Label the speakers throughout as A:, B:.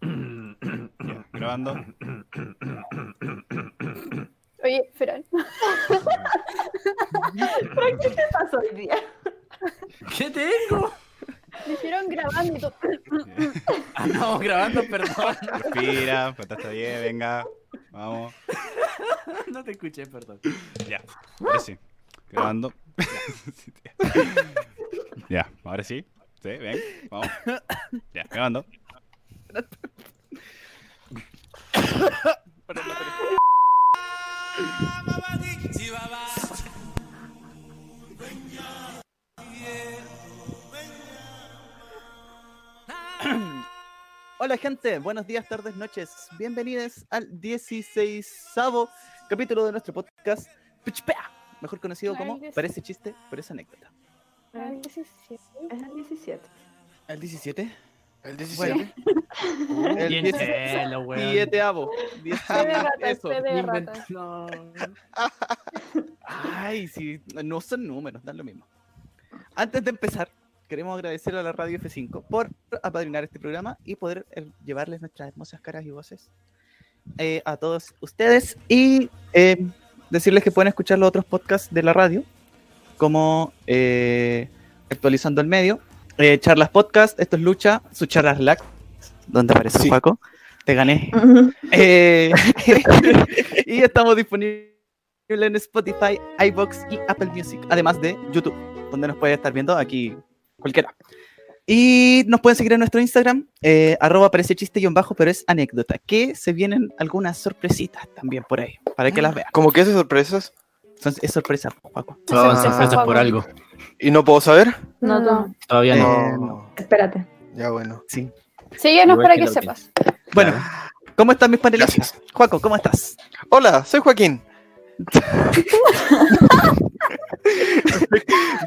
A: grabando.
B: Oye, Fran. Fran, ¿qué te pasó hoy día?
C: ¿Qué tengo?
B: Dijeron grabando y tú.
C: Ah, no, grabando, perdón.
A: Respira, está bien, venga. Vamos.
C: No te escuché, perdón.
A: Ya. Ahora sí. Grabando. Ya, ahora sí. Sí, ven. Vamos. Ya, grabando.
C: Hola gente, buenos días, tardes, noches. Bienvenidos al 16 capítulo de nuestro podcast Pichpea, mejor conocido como
B: Ay, Dios.
C: Parece chiste, pero es anécdota.
B: Era el 17.
D: Es el 17.
C: ¿El 17?
E: El
C: Bueno, el
F: Bien celo, weón.
C: 17 avo.
B: Fe de rata,
C: Ah, Eso.
B: fe de rata.
F: Invent- No.
C: Ay, sí, no son números, dan lo mismo. Antes de empezar, queremos agradecer a la radio F5 por apadrinar este programa y poder eh, llevarles nuestras hermosas caras y voces eh, a todos ustedes y eh, decirles que pueden escuchar los otros podcasts de la radio, como eh, Actualizando el Medio, eh, Charlas Podcast, Esto es Lucha, su Charlas Lax, donde aparece
E: Sí.
C: Paco. Te gané. Eh, y estamos disponibles en Spotify, iBox y Apple Music, además de YouTube, donde nos puede estar viendo aquí cualquiera. Y nos pueden seguir en nuestro Instagram, eh, arroba parece chiste bajo, pero es anécdota, que se vienen algunas sorpresitas también por ahí, para
E: Ah.
C: que las vean.
E: ¿Cómo que hace sorpresas?
C: Entonces, es sorpresa, Paco.
F: Son
E: Ah.
F: sorpresas por algo.
E: ¿Y no puedo saber?
D: No, no.
F: Todavía no.
C: Eh,
E: no.
D: Espérate.
E: Ya bueno.
C: Sí.
B: Síguenos
F: Igual
B: para
F: que
B: que
F: la última.
B: sepas.
C: Bueno, ¿cómo están mis panelistas?
E: Gracias.
C: Juaco, ¿cómo estás?
E: Hola, soy Joaquín.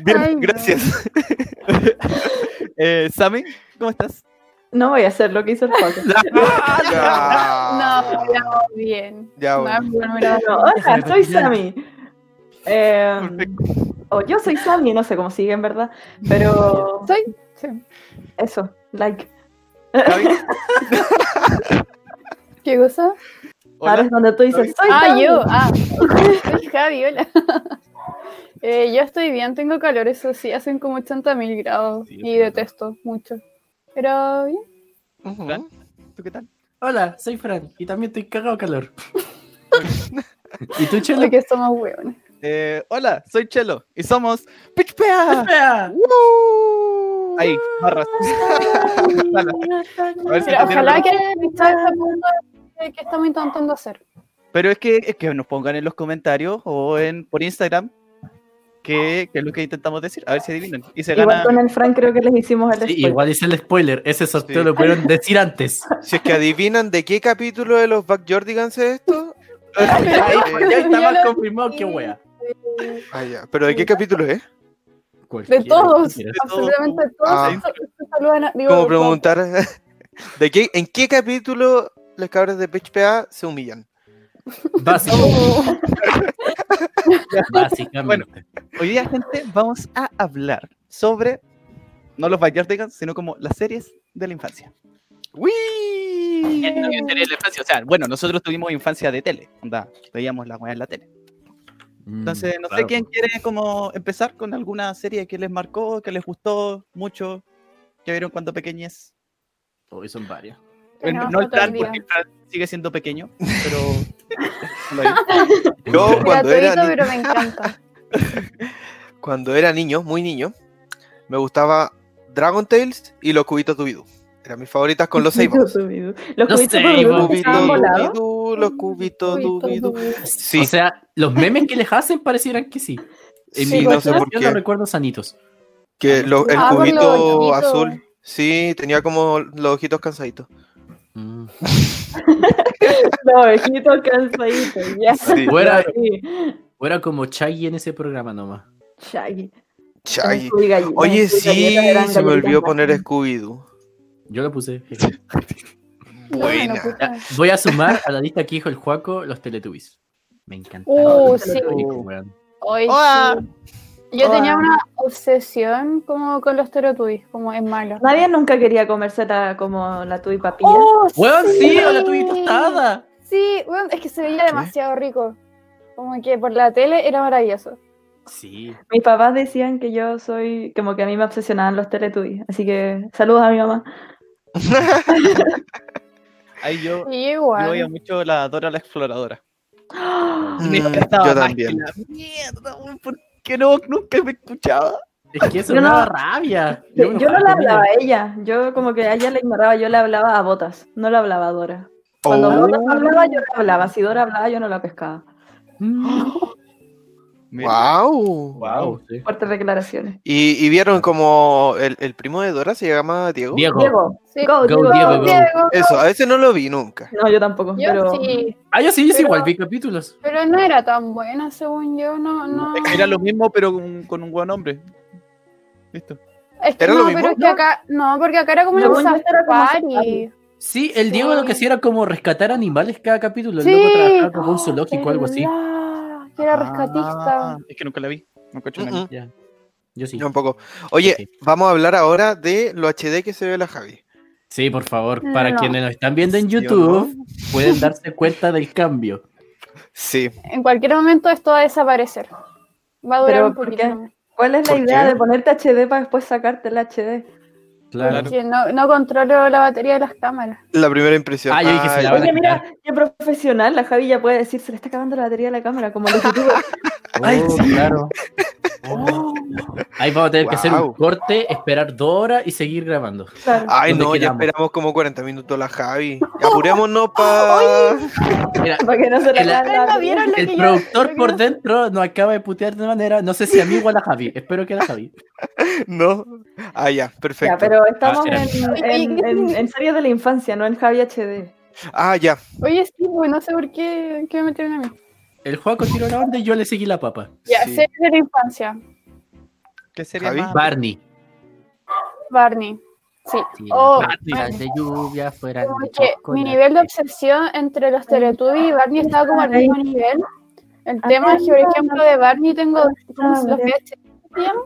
E: Bien,
D: Ay, no.
E: gracias.
C: Eh, Sammy, ¿cómo estás?
D: No voy a hacer lo que hizo el Paco.
B: Ah, No,
E: Ya.
B: grabó bien.
E: Ya,
B: No,
E: Ah. bueno.
B: bueno,
D: No,
B: mira.
D: no, Hola, soy Sammy. Eh,
E: Perfecto.
D: o yo soy Sammy, no sé cómo sigue en verdad. Pero
B: Soy. sí.
D: eso, like.
C: Javi,
B: ¿Qué cosa?
D: Ahora
C: hola.
D: es donde tú dices, soy
B: Ah,
D: Sammy.
B: yo. Ah, soy Javi, hola. Eh, yo estoy bien, tengo calor, eso sí, hacen como 80 mil grados
A: Sí,
B: y
A: es verdad.
B: detesto mucho. Pero bien.
E: Ujú.
C: Fran, ¿Tú qué tal?
F: Hola, soy Fran y también estoy cagado de calor. ¿Y tú, Chelo?
B: Porque somos hueones.
C: Eh, hola, soy Chelo y somos Pichpea.
F: Espera.
E: ¡Woo!
C: Ahí, barras. ver si
B: Pero
C: entendieron
B: ojalá
C: lo-
B: que hayan visto ese punto de- que estamos intentando hacer.
C: Pero es que, es que nos pongan en los comentarios o en por Instagram qué qué es lo que intentamos decir. A ver si adivinan. Y se
D: Igual
C: gana.
D: con el Frank creo que les hicimos el
F: Sí,
D: spoiler.
F: igual hice el spoiler. Ese sorteo
E: Sí.
F: lo pudieron decir antes.
E: Si es que adivinan de qué capítulo de los Backyardigans es esto.
F: ahí, ya está
B: Yo
F: más
B: lo-
F: confirmado que wea.
E: Ah, ya. ¿Pero de qué capítulo es?
B: De
F: Cualquiera,
B: todos,
F: cualquiera.
B: absolutamente todos
E: Ah.
B: se- se saludan. a- digo,
E: Como preguntar de qué, en qué capítulo los cabros de PHPA se humillan.
F: Básico. Básicamente.
C: Bueno. Hoy día, gente, vamos a hablar sobre no los Bayardigans, sino como las series de la infancia.
E: ¡Wii!
C: de la infancia, o sea, bueno, nosotros tuvimos infancia de tele, onda, veíamos la weá en la tele.
F: Mm,
C: Entonces, no sé
F: claro.
C: quién quiere como empezar con alguna serie que les marcó, que les gustó mucho, que vieron cuando pequeñez.
F: Hoy son varias.
C: No,
B: Tenemos
C: no el
B: otro
C: plan,
B: día.
C: porque el plan sigue siendo pequeño, pero. Hola,
E: Yo cuando era,
B: Gratuito,
E: ni-
B: pero me encanta.
E: cuando era niño, muy niño, me gustaba Dragon Tales y los cubitos Dubidú. Eran mis favoritas con los Seibos.
D: Dubidú. Los
F: Los
D: cubitos
F: Seibos.
D: Dubidú que
E: Cubitos
D: estaban volados.
E: Dubidú, los cubitos Dubidú. Sí,
F: O sea, los memes que les hacen parecieran que sí. En
E: Sí,
F: mi
E: no sé por
F: imaginación los
E: qué.
F: recuerdo sanitos.
E: que lo- el
B: Ah, con los
E: cubito
B: ojitos.
E: azul. Sí, tenía como los ojitos cansaditos.
F: Mm.
D: Los ojitos cansaditos. Ya.
E: Sí.
F: Fuera,
D: Sí.
F: O era como Chaggy en ese programa nomás.
D: Shaggy.
E: Chay.
D: Scooby Galletas,
E: Oye,
D: Scooby Galletas
E: sí,
D: eran
E: se me
D: galletitas
E: olvidó poner
D: blancas.
E: Scooby-Doo.
F: Yo lo puse.
B: Bueno,
E: Buena.
B: puta.
F: Voy a sumar a la lista que dijo el Juaco los Teletubbies. Me encanta.
B: Uh,
F: Los
B: sí.
F: Teletubbies, weón.
B: Hoy
C: Hola.
B: sí. Yo tenía
D: Ah.
B: una obsesión como con los terotubis, como es malo.
D: Nadie nunca quería comerse la, como la tubi papilla.
B: ¡Oh,
F: Weón, sí, o la tuya tostada.
B: Sí, weón, es que se veía demasiado rico. Como que por la tele era maravilloso.
F: Sí.
D: Mis papás decían que yo soy, como que a mí me obsesionaban los teletubbies. Así que saludos a mi mamá.
C: Ahí yo,
B: Y
C: yo
B: igual.
C: veía mucho la Dora la Exploradora. Me
E: Mm,
C: encantaba
E: yo
C: más
E: también.
C: que la mierda, weón, ¿por qué no? Nunca me escuchaba.
F: Es que eso
D: Yo
F: me
D: no-
F: daba rabia.
D: Yo,
F: me
D: no
F: enojaba
D: la ¿eh?
F: con
D: hablaba
F: ella.
D: a ella. Yo como que a ella la ignoraba, yo le hablaba a Botas. No la hablaba a Dora. Cuando
E: Oh,
D: Botas hablaba, yo la hablaba. Si Dora hablaba, yo no la pescaba.
F: Mm.
E: wow.
F: Wow, sí.
D: Fuertes declaraciones.
E: ¿Y, y vieron como el, el primo de Dora se llama Diego?
F: Diego.
D: Diego.
B: Sí.
D: Go,
F: Go,
D: Diego.
F: Diego, go.
B: Diego,
E: Eso, a veces no lo vi nunca.
D: No, yo tampoco.
B: yo
D: pero...
B: sí,
F: Ah, yo sí, yo sí,
B: Pero-
F: igual vi capítulos.
B: pero no era tan buena según yo, no, no.
C: Es que era lo mismo, pero con, con un buen hombre. Listo.
B: Es que
E: ¿Era
B: no,
E: lo mismo?
B: pero es que acá, no, porque acá era como
D: Según
B: un
D: yo, era como un
B: safari.
F: Sí, el Diego lo que hacía era como rescatar animales cada capítulo. El
B: Sí.
F: loco trabajaba como un
B: Oh,
F: zoológico o algo así.
B: ¿Verdad? Que era rescatista.
C: Ah, es que nunca la vi. Nunca he hecho
E: Mm, mm,
F: Ya. Yo sí.
E: Yo tampoco. Oye,
F: Sí.
E: vamos a hablar ahora de lo HD que se ve la Javi.
F: Sí, por favor. Para
B: No.
F: quienes nos están viendo en
E: ¿Sí o
F: YouTube, pueden darse cuenta del cambio.
E: Sí.
B: En cualquier momento esto va a desaparecer. Va a durar
D: Pero,
B: un
D: ¿por
B: poquito
D: qué?
B: más.
D: ¿Cuál es la
E: ¿Por
D: idea
E: qué?
D: de ponerte HD para después sacarte el HD?
F: Claro.
B: Porque no, no controlo la batería de las cámaras.
E: La primera impresión.
F: Ah, yo dije, se
E: Ay,
F: la van a
D: Oye, mira,
F: quitar.
D: qué profesional. La Javi ya puede decir, se le está acabando la batería de la cámara, como los youtubers.
F: Ay, Oh, claro. Oh. Ahí vamos a tener que hacer un
E: Guau.
F: corte, esperar dos horas y seguir grabando.
D: Claro.
E: Ay,
F: ¿Dónde
E: no, ya
F: quedamos?
E: esperamos como 40 minutos la Javi. Apurémonos para.
F: Mira,
D: Para que no se le
F: El-
D: acabe la
B: ¿Ustedes no vieron lo
F: el
B: que yo-
F: productor
B: lo que
F: por
B: yo-
F: dentro nos acaba de putear de manera, no sé si a mí o a la Javi, espero que a la Javi.
E: No. Ah, ya, perfecto.
D: Ya, pero estamos
F: Ah,
D: en, en, en- en series de la infancia, no en Javi HD.
E: Ah, ya.
B: Oye, sí, pues no sé por qué, qué me metieron a mí.
F: El Juaco tiró la onda y yo le seguí la papa.
B: Ya,
E: Sí.
B: series de la infancia.
C: ¿Qué sería
E: Javi?
C: más?
F: Barney.
B: Barney. Sí.
F: Sí,
B: Oh,
F: las
B: Barney.
F: pláticas de lluvia fueran
B: Como
F: de
B: que mi
F: chocolate.
B: nivel de obsesión entre los Teletubbies y Barney estaba como al mismo nivel. El tema es que, por ejemplo, de Barney tengo ¿cómo se los VHS se llaman?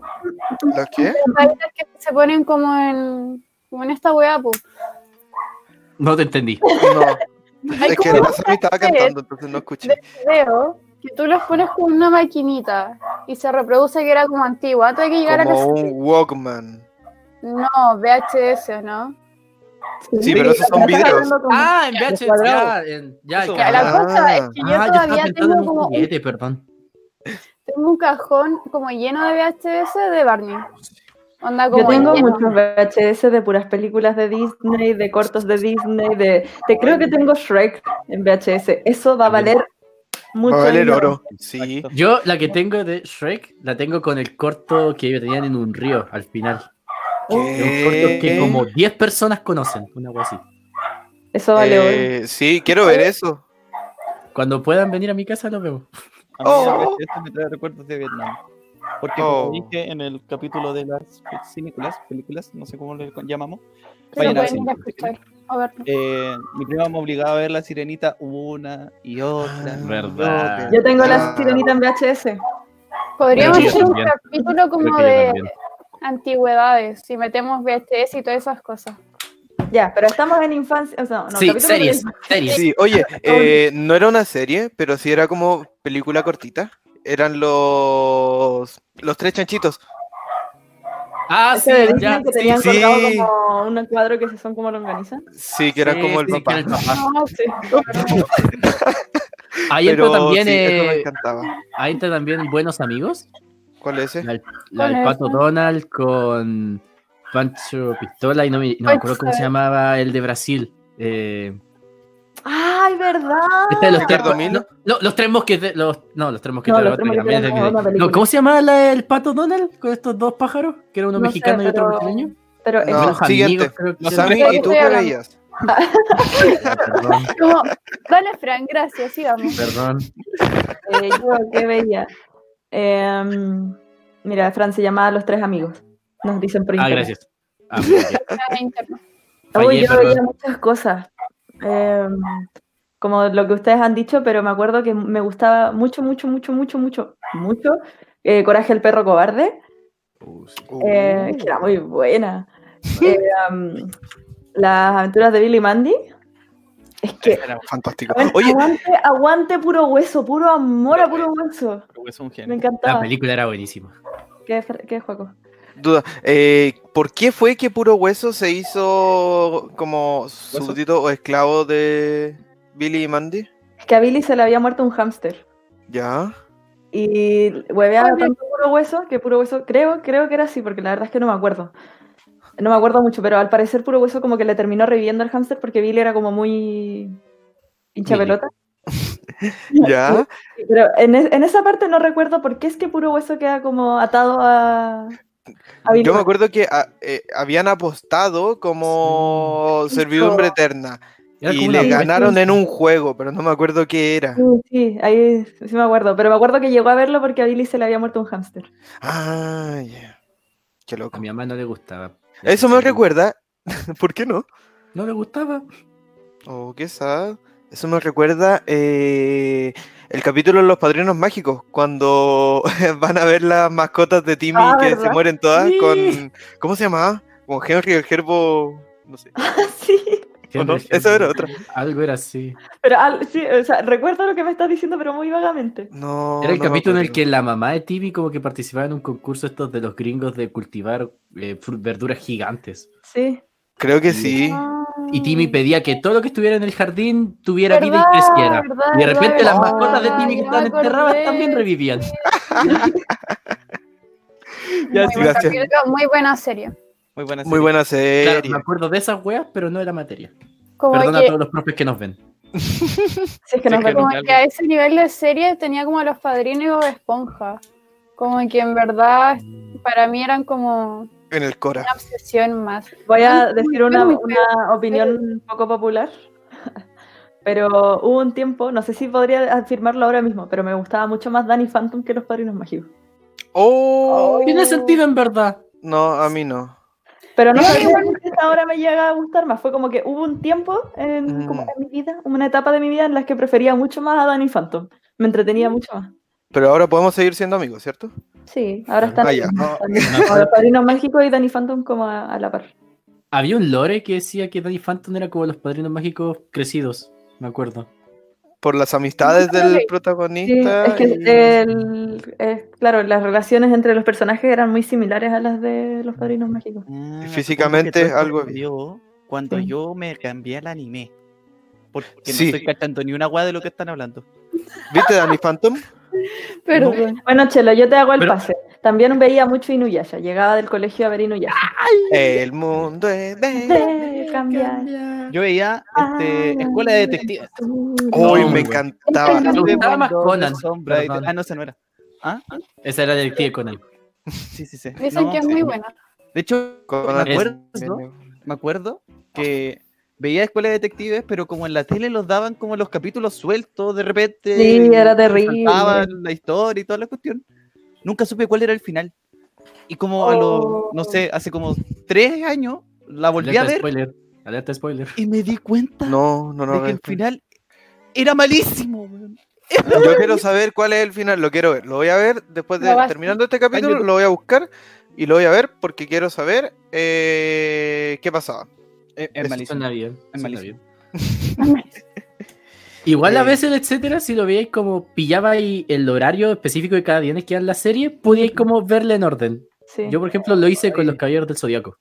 E: ¿Lo qué?
B: Las varitas que se ponen como en, como en esta weá, pues.
F: No te entendí.
E: No.
B: Hay
E: Es que
B: como
E: la Sami estaba
B: cassette.
E: cantando, entonces no escuché.
B: Creo que tú los pones con una maquinita y se reproduce que era como antigua. Antes de que llegara
E: Como
B: la...
E: un Walkman.
B: No, VHS, ¿o ¿no?
E: Sí, pero esos son
D: Estás
E: videos.
D: hablando como-
F: Ah, en VHS, ya,
C: cuadrado.
F: en- ya,
C: Eso.
B: Ya, la
E: Ah.
B: cosa es que yo
F: Ah, yo estaba
B: todavía
F: pensando en
B: tengo
F: un
B: como un,
F: juguete, perdón.
B: tengo un cajón como lleno de VHS de Barney. Onda como
D: Yo tengo
B: lleno.
D: muchos VHS de puras películas de Disney, de cortos de Disney, de... Te creo que tengo Shrek en VHS. Eso va a valer mucho.
E: Va a valer
D: dinero.
E: oro. Sí.
C: Exacto.
F: Yo la que tengo de Shrek la tengo con el corto que tenían en un río al final. Es Un corto que
E: ¿Qué?
F: como 10 personas conocen, una cosa así.
D: Eso vale oro.
E: Eh, sí, quiero ver eso.
F: Cuando puedan venir a mi casa lo vemos.
C: A mí
E: Oh.
C: me parece- esto me trae recuerdos de Vietnam. Porque
E: Oh.
C: como dije en el capítulo de las películas, películas, no sé cómo le llamamos,
B: Se lo
C: Vayan a
B: pueden ir a
C: ver.
B: escuchar. A ver.
C: eh, mi prima me obligaba a ver la sirenita una y otra.
E: Ah,
C: y
F: verdad.
C: otra.
D: Yo tengo
E: Ah.
D: la sirenita en VHS.
B: Podríamos
F: Creo que
B: hacer
F: yo
B: un
F: también.
B: capítulo como
F: Creo que yo
B: de
F: también.
B: antigüedades, si metemos VHS y todas esas cosas.
D: Ya, pero estamos en infancia. o sea, no,
F: sí,
D: capítulo de
F: series, series.
E: Sí, oye, eh, no era una serie, pero sí era como película cortita. Eran los los tres chanchitos.
F: Ah, sí,
D: Ese de Disney
F: ya.
D: que
F: sí,
D: tenían
E: sí.
D: colgado como un cuadro que se son como longaniza.
E: Sí, que era
F: sí,
E: como el
F: sí, que
E: papá.
F: era el papá.
B: No, sí.
F: Ahí entra
E: Pero
F: también,
E: sí, eso me
F: eh,
E: encantaba.
F: ahí entra también Buenos Amigos,
E: ¿Cuál es ese?
F: la, la
B: ¿Cuál
F: del
B: es
F: Pato
B: esa?
F: Donald con Pancho Pistola y no me, no me acuerdo cómo se llamaba el de Brasil. Eh,
D: ¡Ay, verdad!
F: este de los tres,
E: Ricardo Milo.
F: no, no, los tres mosqueteros, los, no, los tres mosqueteros,
D: los
F: otro
D: tres
F: que también es de
D: mosqueteros,
F: Disney.
D: otra película.
F: No, ¿cómo se llamaba la del Pato Donald con estos dos pájaros? Que era uno
D: No sé,
F: mexicano y otro
D: pero-
F: brasileño.
D: Pero es-
E: No,
F: Buenos
E: siguiente.
F: Amigos, creo que
E: No,
F: se llama.
E: Sammy,
B: creo que
E: ¿y tú
B: estoy
E: qué
B: hablando.
E: veías?
F: Ah, Perdón,
B: Como, dale, Fran, gracias, sigamos.
F: perdón.
D: eh, yo, ¿qué veía? Eh, mira, Fran se llamaba Los Tres Amigos. Nos dicen por
F: Ah,
D: internet.
F: gracias. Ah, ok.
B: Fran interno.
D: Uy,
F: Fallé,
D: yo
F: perdón.
D: veía muchas cosas. Eh, como lo que ustedes han dicho, pero me acuerdo que me gustaba mucho, mucho, mucho, mucho, mucho, mucho eh, Coraje el perro cobarde,
F: Uh, sí.
D: eh, que era muy buena. Eh, um, las aventuras de Billy Mandy. Es que
E: Era fantástico.
D: a ver,
E: Oye,
D: aguante, aguante puro hueso, puro amor a puro hueso.
C: Pero es un
D: Me
C: genio.
F: La
D: encantaba.
F: película era buenísima.
D: ¿Qué, qué juego?
E: duda, eh, ¿por qué fue que Puro Hueso se hizo como súbdito o esclavo de Billy y Mandy?
D: Es que a Billy se le había muerto un hámster.
E: Ya.
D: Y hueveaba
B: Ah, bien.
D: tanto puro hueso que puro hueso, creo, creo que era así, porque la verdad es que no me acuerdo. No me acuerdo mucho, pero al parecer puro hueso como que le terminó reviviendo al hámster porque Billy era como muy hincha
F: Billy.
D: pelota.
E: Ya.
D: Pero en, es- en esa parte no recuerdo por qué es que puro hueso queda como atado a, a Billy.
E: Yo me acuerdo que ah, eh, habían apostado como servidumbre eterna
F: Era
E: y
F: como
E: le
F: una-
E: ganaron en un juego, pero no me acuerdo qué era.
D: Sí, sí, ahí sí me acuerdo. Pero me acuerdo que llegó a verlo porque a Billy se le había muerto un hámster.
E: Ah, ya. Qué
F: A
E: loco.
F: mi mamá no le gustaba.
E: Eso me recuerda. ¿Por qué no?
F: No le gustaba.
E: Oh, qué sad. Eso me recuerda eh, el capítulo de los padrinos mágicos, cuando van a ver las mascotas de Timmy
D: Ah,
E: que se
D: ¿verdad?
E: mueren todas
F: Sí.
E: con. ¿Cómo se llamaba? Con Henry el Gerbo. No sé.
D: Ah,
E: ¿o
D: sí.
E: no?
F: Henry,
E: Eso era
F: Henry.
E: otra.
F: Algo era así.
D: Pero al- sí, o sea, recuerdo lo que me estás diciendo, pero muy vagamente.
E: No.
F: Era el
E: no me
F: capítulo en el
E: acuerdo.
F: que la mamá de Tibi como que participaba en un concurso estos de los gringos de cultivar eh, fru- verduras gigantes.
D: Sí.
E: Creo que sí.
D: Ah.
B: Ah.
F: Y Timmy pedía que todo lo que estuviera en el jardín tuviera vida
B: ¿Verdad?
F: y creciera.
B: ¿Verdad?
F: Y de repente
B: ¿Verdad?
F: las mascotas de
B: ¿Verdad?
F: Timmy que
B: Ya
F: estaban
B: me
F: enterradas
B: acordé.
F: también revivían.
C: Ya,
B: Muy
C: sí,
B: buen
E: gracias.
B: capítulo, Muy buena serie.
C: Muy buena.
E: Muy
C: serie.
E: buena
F: Claro,
E: serie.
F: me acuerdo de esas weas, pero no de la materia.
B: Como
F: Perdona a
B: que,
F: todos los profes que nos ven.
D: Si es que
C: Sí,
D: nos
C: es que
D: vemos.
B: como
C: Claro.
B: que a ese nivel de serie tenía como a los padrinos y Bob Esponja. Como que en verdad para mí eran como
E: En el Cora.
B: una obsesión más.
D: Voy a
B: Ay,
D: decir
B: qué
D: una,
B: muy
D: una opinión un poco popular, pero hubo un tiempo, no sé si podría afirmarlo ahora mismo, pero me gustaba mucho más Danny Phantom que los Padrinos Mágicos.
E: Oh.
F: Tiene sentido en verdad.
E: No, a mí no.
D: Pero no
B: Yo
D: sé
B: igual-
D: si ahora me llega a gustar más, fue como que hubo un tiempo en, como
E: Mm.
D: en mi vida, una etapa de mi vida en la que prefería mucho más a Danny Phantom, me entretenía mucho más.
E: Pero ahora podemos seguir siendo amigos, ¿cierto?
D: Sí, ahora están
E: Ah, ya.
D: como los Padrinos Mágicos y Danny Phantom como a, a la par.
F: Había un lore que decía que Danny Phantom era como los padrinos mágicos crecidos. Me acuerdo.
E: Por las amistades
B: Nunca lo
E: del
B: leí.
D: Sí,
E: protagonista.
D: es que
E: y-
D: el- eh, claro, las relaciones entre los personajes eran muy similares a las de los Padrinos Mágicos.
C: Ah, recuerdo
E: físicamente
C: que todo esto
E: algo había.
C: ocurrió Cuando
D: Sí.
C: yo me cambié al anime. Porque
E: Sí.
C: no estoy cachando ni una weá de lo que están hablando.
E: ¿Viste Danny Phantom?
B: Pero
D: Bueno, Chelo, yo te hago el
F: Pero-
D: pase. También veía mucho Inuyasha. Llegaba del colegio a ver Inuyasha.
E: El mundo es
F: Ah,
E: de...
D: Debe cambiar.
C: Yo veía este,
D: Ay,
C: Escuela de Detectives.
E: Hoy
F: No,
E: me
F: güey.
E: encantaba.
B: Me
F: gustaba
C: Cuando
F: más Conan,
C: sombra y-
F: perdón.
C: Ah, no, esa no era. ¿Ah?
F: Esa era la directiva con él.
C: Sí, sí, sí.
B: dicen
C: No,
B: que es
C: sí.
B: muy buena.
C: De hecho,
E: Conan
C: me
F: es-
C: acuerdo, me acuerdo que veía Escuela de Detectives, pero como en la tele los daban como los capítulos sueltos de repente.
D: Sí, era
C: y
D: terrible.
C: saltaban la historia y toda la cuestión. Nunca supe cuál era el final. Y como a
D: Oh.
C: los, no sé, hace como tres años la volví a
F: Alerta
C: ver
F: spoiler. Alerta spoiler.
C: y me di cuenta
E: No, no, pues.
C: de
E: no.
C: que el
E: respeto.
C: final era malísimo. weón.
E: Yo quiero saber cuál es el final. Lo quiero ver. Lo voy a ver después de
B: Lo vas-
E: terminando este capítulo.
C: YouTube.
E: Lo voy a buscar y lo voy a ver porque quiero saber eh, qué pasaba.
C: Es,
E: Eso
C: malísimo.
F: Suena bien.
C: Es
F: suena
C: malísimo.
F: bien. Igual a
E: Eh.
F: veces, etcétera, si lo veíais como pillaba ahí el horario específico de cada viernes que era la serie, podíais como verla en orden.
D: Sí.
F: Yo, por ejemplo, lo hice con los caballeros del Zodíaco.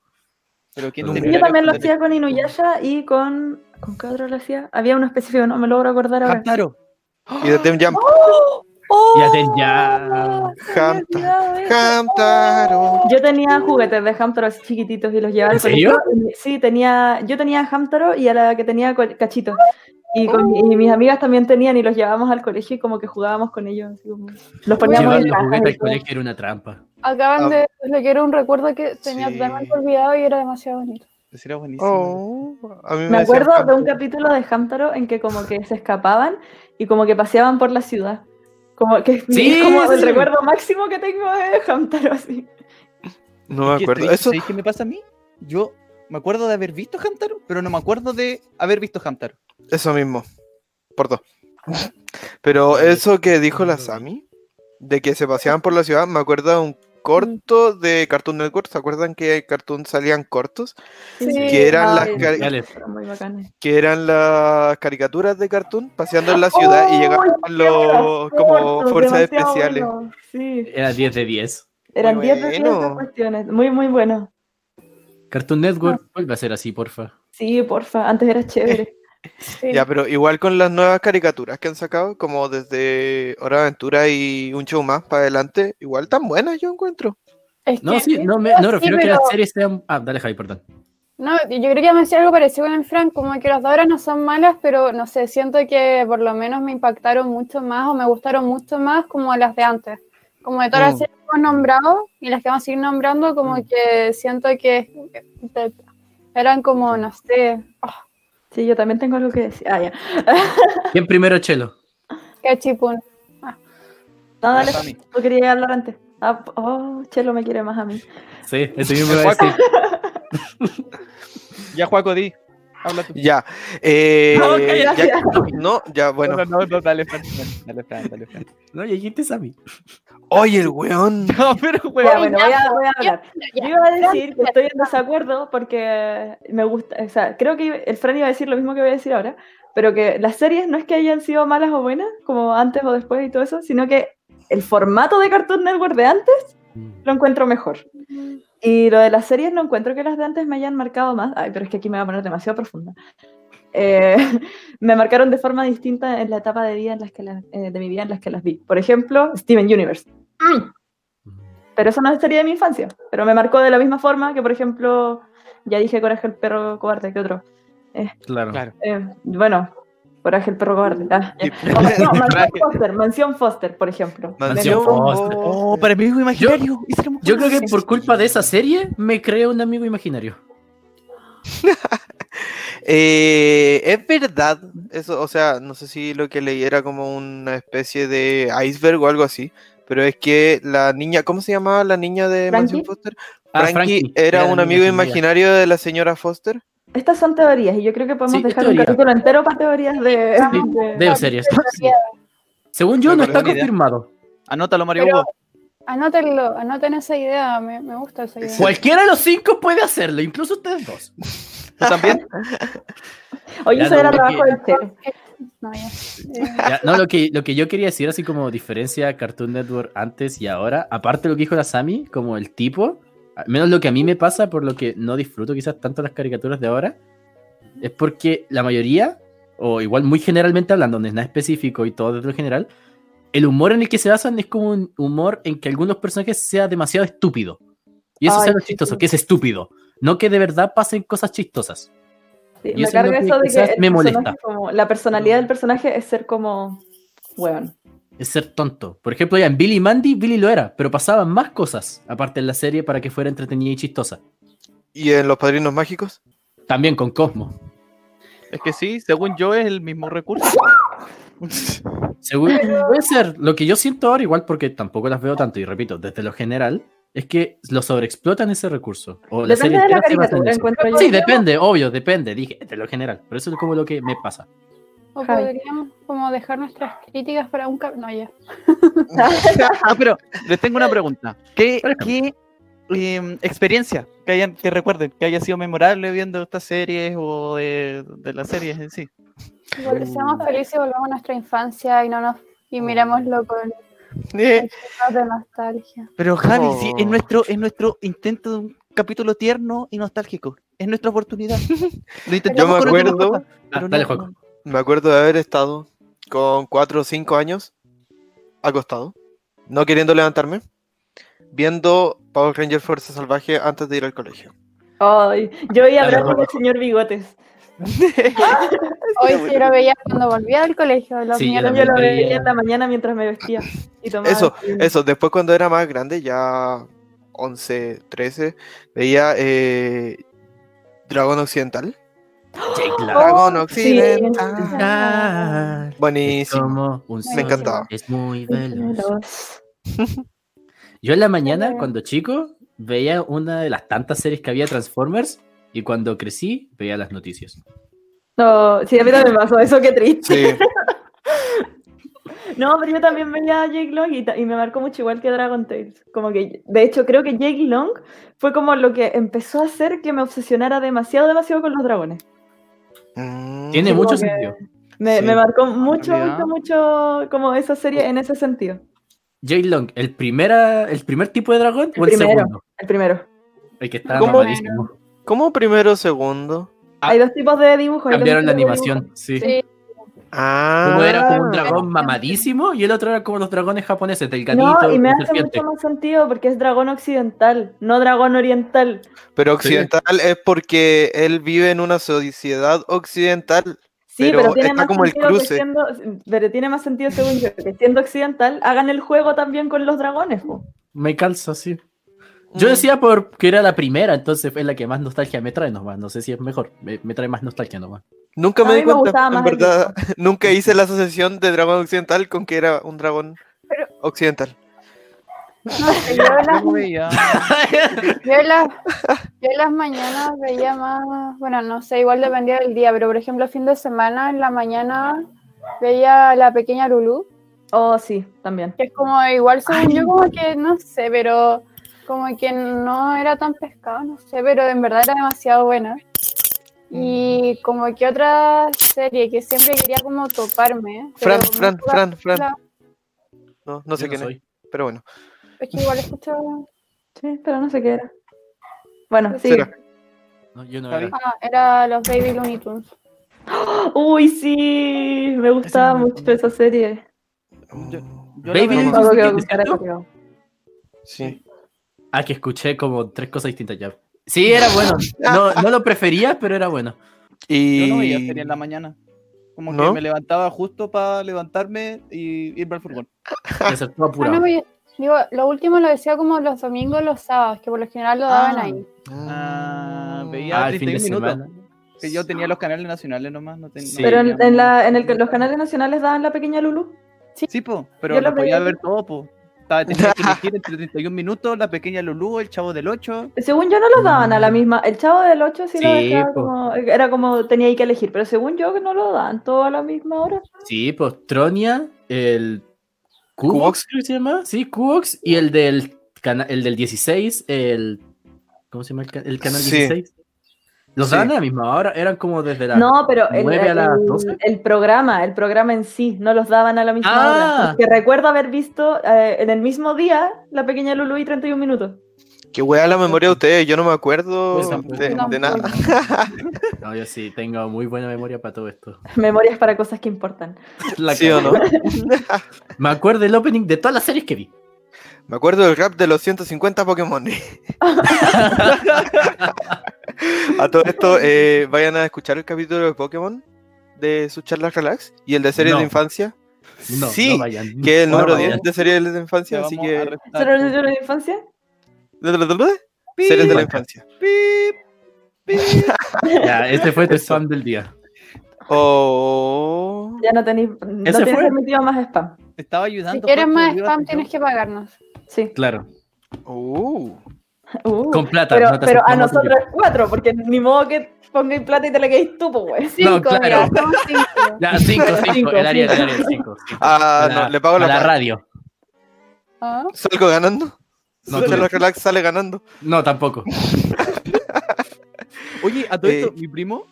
C: Pero ¿quién
F: Yo
C: tenía
D: Yo
C: horario
D: también lo
C: completo?
D: hacía con Inuyasha y con. ¿Con qué otro lo hacía? Había uno específico, no me logro acordar ahora. ¡Oh!
C: Hamtaro.
E: Y de Dem Jump.
F: Ya ten- ya.
E: Hamtaro. Hamtaro.
D: Yo tenía juguetes de Hamtaro así chiquititos y los llevaba al
F: ¿En serio?
D: colegio. Sí, tenía, yo tenía a Hamtaro y a la que tenía co- cachito. Y, con- y mis amigas también tenían y los llevábamos al colegio y como que jugábamos con ellos. así como- los poníamos
F: Llevar
D: en
F: los
D: cajas
F: juguetes
D: y
F: al
D: todo.
F: colegio era una trampa.
B: Acaban
E: Ah.
B: de desbloquear un recuerdo que tenía
E: Sí.
B: totalmente olvidado y era demasiado bonito.
C: Ese era buenísimo.
E: Oh, a mí me,
D: Me
E: decían
D: acuerdo de un
E: Hamtaro.
D: capítulo de Hamtaro en que como que se escapaban y como que paseaban por la ciudad. Como que
F: Sí,
D: es como el
F: sí.
D: recuerdo máximo que tengo de Hamtaro así.
E: No me
C: ¿Qué-
E: acuerdo.
C: ¿sabéis-
E: Eso,
C: sabéis qué me pasa a mí? Yo me acuerdo de haber visto Hamtaro, pero no me acuerdo de haber visto Hamtaro.
E: Eso mismo. Por dos. Pero eso que dijo la Sami de que se paseaban por la ciudad, me acuerdo de un corto de Cartoon Network. ¿Se acuerdan que en Cartoon salían cortos?
B: Sí.
E: que eran las
D: ay,
E: cari-
F: Dale.
D: fueron muy bacanas.
E: que eran las caricaturas de Cartoon paseando en la ciudad y
D: ¡Ay,
E: llegaban los como
D: Cortos,
E: fuerzas
D: demasiado
E: especiales.
D: buenos, Sí.
F: Era 10 de 10.
D: Eran 10 de 10 esas
E: bueno.
D: cuestiones. Muy, muy bueno.
F: Cartoon Network, vuelve a ser así, porfa.
D: Sí, porfa, antes era chévere.
B: Sí.
E: Ya, pero igual con las nuevas caricaturas que han sacado, como desde Hora de Aventura y un show más para adelante, igual tan buenas yo encuentro.
B: Es
F: No,
B: que-
F: sí, no me no refiero a que las series sean. Ah, dale, Javi, perdón.
B: No, yo creo que iba a decir algo parecido con el Frank, como que las de ahora no son malas, pero no sé, siento que por lo menos me impactaron mucho más o me gustaron mucho más como las de antes. Como de todas
E: Mm.
B: las series que hemos nombrado y las que vamos a seguir nombrando, como que siento que eh, eran como, no sé, oh,
D: Sí, yo también tengo algo que decir. Ah, ya.
F: ¿Quién primero, Chelo?
B: qué chipún.
D: No, dale,
C: Para mí.
D: tú querías hablar antes. Ah, p- oh, Chelo me quiere más a mí.
F: Sí, eso mismo iba a decir.
C: Ya, Juaco, di. Habla tú.
E: Ya. eh,
D: Ah, ok,
E: ya-
D: gracias.
E: no, ya, bueno.
C: No, no, no, dale, Fran, dale, Fran, dale, Fran.
F: No, ya dijiste Sammy.
E: Oye, el weón.
C: No, pero, weón.
D: Ya, bueno, voy a, voy a hablar. Yo iba a
B: ya,
D: decir que
B: ya.
D: estoy en desacuerdo porque me gusta, o sea, creo que el Fran iba a decir lo mismo que voy a decir ahora, pero que las series no es que hayan sido malas o buenas, como antes o después y todo eso, sino que el formato de Cartoon Network de antes lo encuentro mejor. Y lo de las series no encuentro que las de antes me hayan marcado más. Ay, pero es que aquí me va a poner demasiado profunda. Eh, me marcaron de forma distinta en la etapa de, vida en las que las- eh, de mi vida en las que las vi. Por ejemplo, Steven Universe. Pero eso no es serie de mi infancia. Pero me marcó de la misma forma que, por ejemplo, ya dije Coraje el perro cobarde, que otro.
F: Claro.
C: Claro.
D: Eh, bueno, Coraje el perro cobarde. ah, ya.
E: Y-
D: O, no, Mansión Foster, Mansión Foster, por ejemplo.
E: Mansión Oh,
F: Foster.
E: Foster.
C: oh, para mí
F: imaginario,
C: imaginario.
F: Yo creo que por culpa de esa serie me creo un amigo imaginario.
E: Eh, es verdad, eso, o sea, no sé si lo que leí era como una especie de iceberg o algo así, pero es que la niña, ¿cómo se llamaba la niña de Mansión
D: Frankie.
E: Foster?
F: Ah,
E: Frankie, era un amigo
F: imaginario.
E: imaginario de la señora Foster.
D: Estas son teorías y yo creo que podemos
F: Sí, es
D: dejar
F: teoría.
D: un capítulo entero para teorías de...
B: Sí,
D: de-
F: Veo series.
B: Sí.
F: Según yo,
E: Me
F: no
E: parece
F: está
C: buena idea.
F: confirmado.
C: Anótalo, Mario
B: Pero-
C: Hugo.
B: Anótenlo, anoten esa idea, me, me gusta esa idea.
F: Cualquiera de los cinco puede hacerlo, incluso ustedes dos.
C: ¿Tú también?
D: Oye,
F: Ya
D: eso
F: no
D: era
F: me
D: trabajo
F: quiero.
D: del Chelo.
B: No, ya. Eh,
F: Ya, no, lo que, lo que yo quería decir, así como diferencia a Cartoon Network antes y ahora, aparte de lo que dijo la Sami, como el tipo, al menos lo que a mí me pasa, por lo que no disfruto quizás tanto las caricaturas de ahora, es porque la mayoría, o igual muy generalmente hablando, no es nada específico y todo desde lo general, el humor en el que se basan es como un humor en que algunos personajes sea demasiado estúpido. Y eso
D: Ay,
F: sea lo
D: sí.
F: chistoso, que es estúpido. No que de verdad pasen cosas chistosas.
D: Sí,
F: Y
D: me
F: eso es lo
D: carga
F: que
D: eso de que
F: quizás
D: el
F: me molesta.
D: personaje como- la personalidad del personaje es ser como... Bueno,
F: es ser tonto. Por ejemplo, ya en Billy y Mandy, Billy lo era, pero pasaban más cosas aparte en la serie para que fuera entretenida y chistosa.
E: Y en Los Padrinos Mágicos.
F: También con Cosmo.
C: Es que sí, según yo es el mismo recurso.
F: Según puede ser, lo que yo siento ahora, igual porque tampoco las veo tanto, y repito, desde lo general, es que lo sobreexplotan ese recurso. O la serie
D: depende de la
F: entera se basa en
D: caricatura,
F: eso.
D: encuentro yo.
F: Sí, depende, obvio, depende, dije, desde lo general. Pero eso es como lo que me pasa.
B: o
D: Javi.
B: podríamos como dejar nuestras críticas para un cap... No, ya.
C: Ah, pero les tengo una pregunta. ¿Qué,
F: Por ejemplo.
C: qué, em, experiencia que, hayan, que recuerden que haya sido memorable viendo estas series o de, de las series en sí?
B: Vol- Seamos felices y volvamos a nuestra infancia y no nos y miremoslo con
E: Eh,
B: ojos de nostalgia.
C: Pero Javi, sí, es
E: Oh.
C: nuestro, es nuestro intento de un capítulo tierno y nostálgico. Es nuestra oportunidad. Lo
E: yo me
C: intentamos con el
E: acuerdo, Ah,
C: Telepapa, pero
F: dale,
C: no-
F: Juaco.
E: me acuerdo de haber estado con 4 o 5 años acostado, no queriendo levantarme, viendo Power Ranger Fuerza Salvaje antes de ir al colegio.
D: Ay, yo voy a
F: Dale,
D: hablar con el señor Bigotes.
B: Hoy sí lo veía cuando volvía del colegio. Los
F: Sí, yo
B: miércoles.
D: Yo
F: también.
D: lo
F: Veía-
D: veía en la mañana mientras me vestía. Y tomaba
E: Eso,
D: desayuno.
E: Eso, después cuando era más grande, ya 11, 13, veía eh, Dragón Occidental.
F: Jake Lau.
E: Dragón
D: Oh, sí.
E: Occidental.
F: Ah, es
E: Buenísimo.
F: como un
E: Me
F: sol,
E: encantaba.
F: Es muy veloz.
D: Veloz.
F: Yo en la mañana, cuando chico, veía una de las tantas series que había Transformers y cuando crecí, veía las noticias.
D: No, sí, a mí también me pasó eso, qué triste.
E: Sí,
D: No, pero yo también veía a Jake Long y, ta- y me marcó mucho igual que Dragon Tales. Como que, de hecho, creo que Jake Long fue como lo que empezó a hacer que me obsesionara demasiado, demasiado con los dragones.
E: Mm.
F: Tiene
D: Sí,
F: mucho
D: como que-
F: sentido.
D: Me,
F: Sí.
D: me marcó mucho,
C: realidad.
D: mucho, mucho como esa serie en ese sentido.
F: Jay Long, ¿el, primera, ¿el primer tipo de dragón
D: El
F: o el
D: primero.
F: segundo?
D: El primero.
F: El que está
E: ¿Cómo?
F: mamadísimo.
E: ¿Cómo primero o segundo?
F: Ah.
D: Hay dos tipos de dibujos. hay dos
F: Cambiaron la
D: tipos de
F: animación, sí.
B: Sí.
E: Ah.
F: Uno era como un dragón mamadísimo y el otro era como los dragones japoneses, del
D: dibujos.
F: gatito,
D: No, y me
F: con
D: hace
F: serpiente.
D: mucho más sentido porque es dragón occidental, no dragón oriental.
E: Pero occidental es porque él vive en una sociedad occidental.
D: Sí,
E: Pero
D: pero, tiene
E: está
D: más
E: como el
D: sentido que
E: cruce.
D: siendo- pero tiene más sentido, según yo, que siendo occidental, hagan el juego también con los dragones. po.
F: Me calza, sí. Yo
E: Mm.
F: decía porque era la primera, entonces es la que más nostalgia me trae nomás. No sé si es mejor, me, me trae más nostalgia nomás.
E: Nunca
D: A
E: me di
D: mí me
E: cuenta,
D: gustaba
E: en
D: más el
E: verdad, nunca hice la asociación de dragón occidental con que era un dragón
B: Pero-
E: occidental.
B: No sé, yo en las-
C: Yo veía-
B: Yo en, las, yo en las mañanas veía más, bueno, no sé, igual dependía del día, pero por ejemplo, fin de semana, en la mañana veía a la pequeña Lulu,
D: Oh, sí, también.
B: que es como igual, según yo, como que no sé, pero como que no era tan pescado, no sé, pero en verdad era demasiado buena.
E: Mm.
B: Y como que otra serie que siempre quería como toparme. ¿eh? pero
E: Fran, Fran,
B: nunca-
E: Fran, Fran.
B: la-
E: No, no sé
F: Yo
E: quién
F: soy.
E: es, pero bueno.
B: Es que igual escucho.
D: Sí, pero no sé qué era. Bueno, sí.
E: Será.
F: No, yo no
C: Javi.
F: era.
B: Ah, era los Baby Looney Tunes. Ah,
D: Uy, sí, me gustaba
C: Ese no me
D: mucho esa serie.
C: Yo- yo
F: Baby
C: la veía-
F: Looney
D: Tengo que
F: ¿es cierto?
D: buscar eso, creo.
E: Sí.
F: Ah, que escuché como tres cosas distintas ya. Sí, era bueno. No, no lo prefería, pero era bueno.
E: Y
C: Yo no veía serie en la mañana. Como que
E: ¿No?
C: me levantaba justo para levantarme y irme al furgón.
F: Me
B: Ah,
F: acertó
B: no,
F: apurado.
B: oye, digo, lo último lo decía como los domingos, los sábados, que por lo general lo daban
C: Ah.
B: ahí.
C: Ah,
E: Mm.
C: veía-
F: Ah, el fin de
C: 31 minutos.
F: semana.
C: Que yo tenía los canales nacionales nomás. No ten- no
F: Sí.
D: Pero en,
C: veía
D: en la, en el,
C: mucho.
D: que los canales nacionales daban la pequeña Lulu.
C: Sí, po,
D: Yo
C: pero
D: lo
C: lo podía
D: veía.
C: ver todo, po. Estaba tenía que elegir entre 31 minutos, la pequeña Lulú, el chavo del 8.
D: Según yo no los daban a la misma. El chavo del 8 sí, lo
F: Mm. Sí, po.
D: dejaba como, era como tenía ahí que elegir, pero según yo no lo daban todo a la misma hora.
F: Sí, pues Tronia, el Cubox,
E: Cubox.
F: creo que se llama. Sí, Cubox. Y el del, cana- el del 16, el. ¿Cómo se llama el, ca- el canal
E: Sí.
F: 16? Los
E: Sí.
F: daban a la misma hora, eran como desde la.
D: No, pero el,
F: ¿Nueve a las
D: el-
F: 12?
D: el programa, el programa en sí, no los daban a la misma
F: Ah.
D: hora. Que recuerdo haber visto eh, en el mismo día la pequeña Lulu y 31 minutos.
E: Qué wea la memoria de ustedes, yo no me acuerdo
F: Pues tampoco.
E: de, de nada.
F: No, yo sí, tengo muy buena memoria para todo esto.
D: Memorias para cosas que importan.
F: La
E: ¿Sí o no?
F: cagó. Me acuerdo del opening de todas las series que vi.
E: Me acuerdo del rap de los 150 Pokémon. a todo esto, eh, vayan a escuchar el capítulo de Pokémon de sus charlas relax y el de series
F: No.
E: de infancia.
F: No,
E: sí,
F: no vayan.
E: que es el
F: No
E: número
F: vayan.
E: 10 de series de la infancia,
C: Te
E: así
C: vamos a
E: que...
C: arrestar,
D: ¿Solo
C: po.
D: los de la infancia?
E: Series de la
F: Pip.
E: infancia.
C: Pip, pip.
F: Ya, este fue el spam del día.
E: Oh.
D: Ya no tenéis no
F: Ese
D: tenéis
F: fue.
D: permitido más spam.
C: Te estaba ayudando.
B: Si quieres
C: Jorge,
B: más
C: ayúdate,
B: spam,
C: yo-
B: tienes que pagarnos.
D: Sí.
F: Claro.
E: Uh.
D: Uh,
F: Con plata,
D: Pero,
F: no te
D: pero a
F: aceptamos
D: nosotros cuatro, porque ni modo que pongáis plata y te la quedéis tú, pues, güey.
F: No,
B: Cinco, mira,
F: claro.
B: somos cinco.
F: Ya, 5, 5,
D: Cinco,
F: Ah, el área, el
D: cinco.
F: área, 5.
E: Ah, no, le pago la
F: la
E: plata.
F: radio.
B: Ah,
E: ¿Salgo ganando?
F: No, tú-
E: Charlas relax sale ganando.
F: No, tampoco.
C: Oye, a todo
E: Eh.
C: esto, mi primo,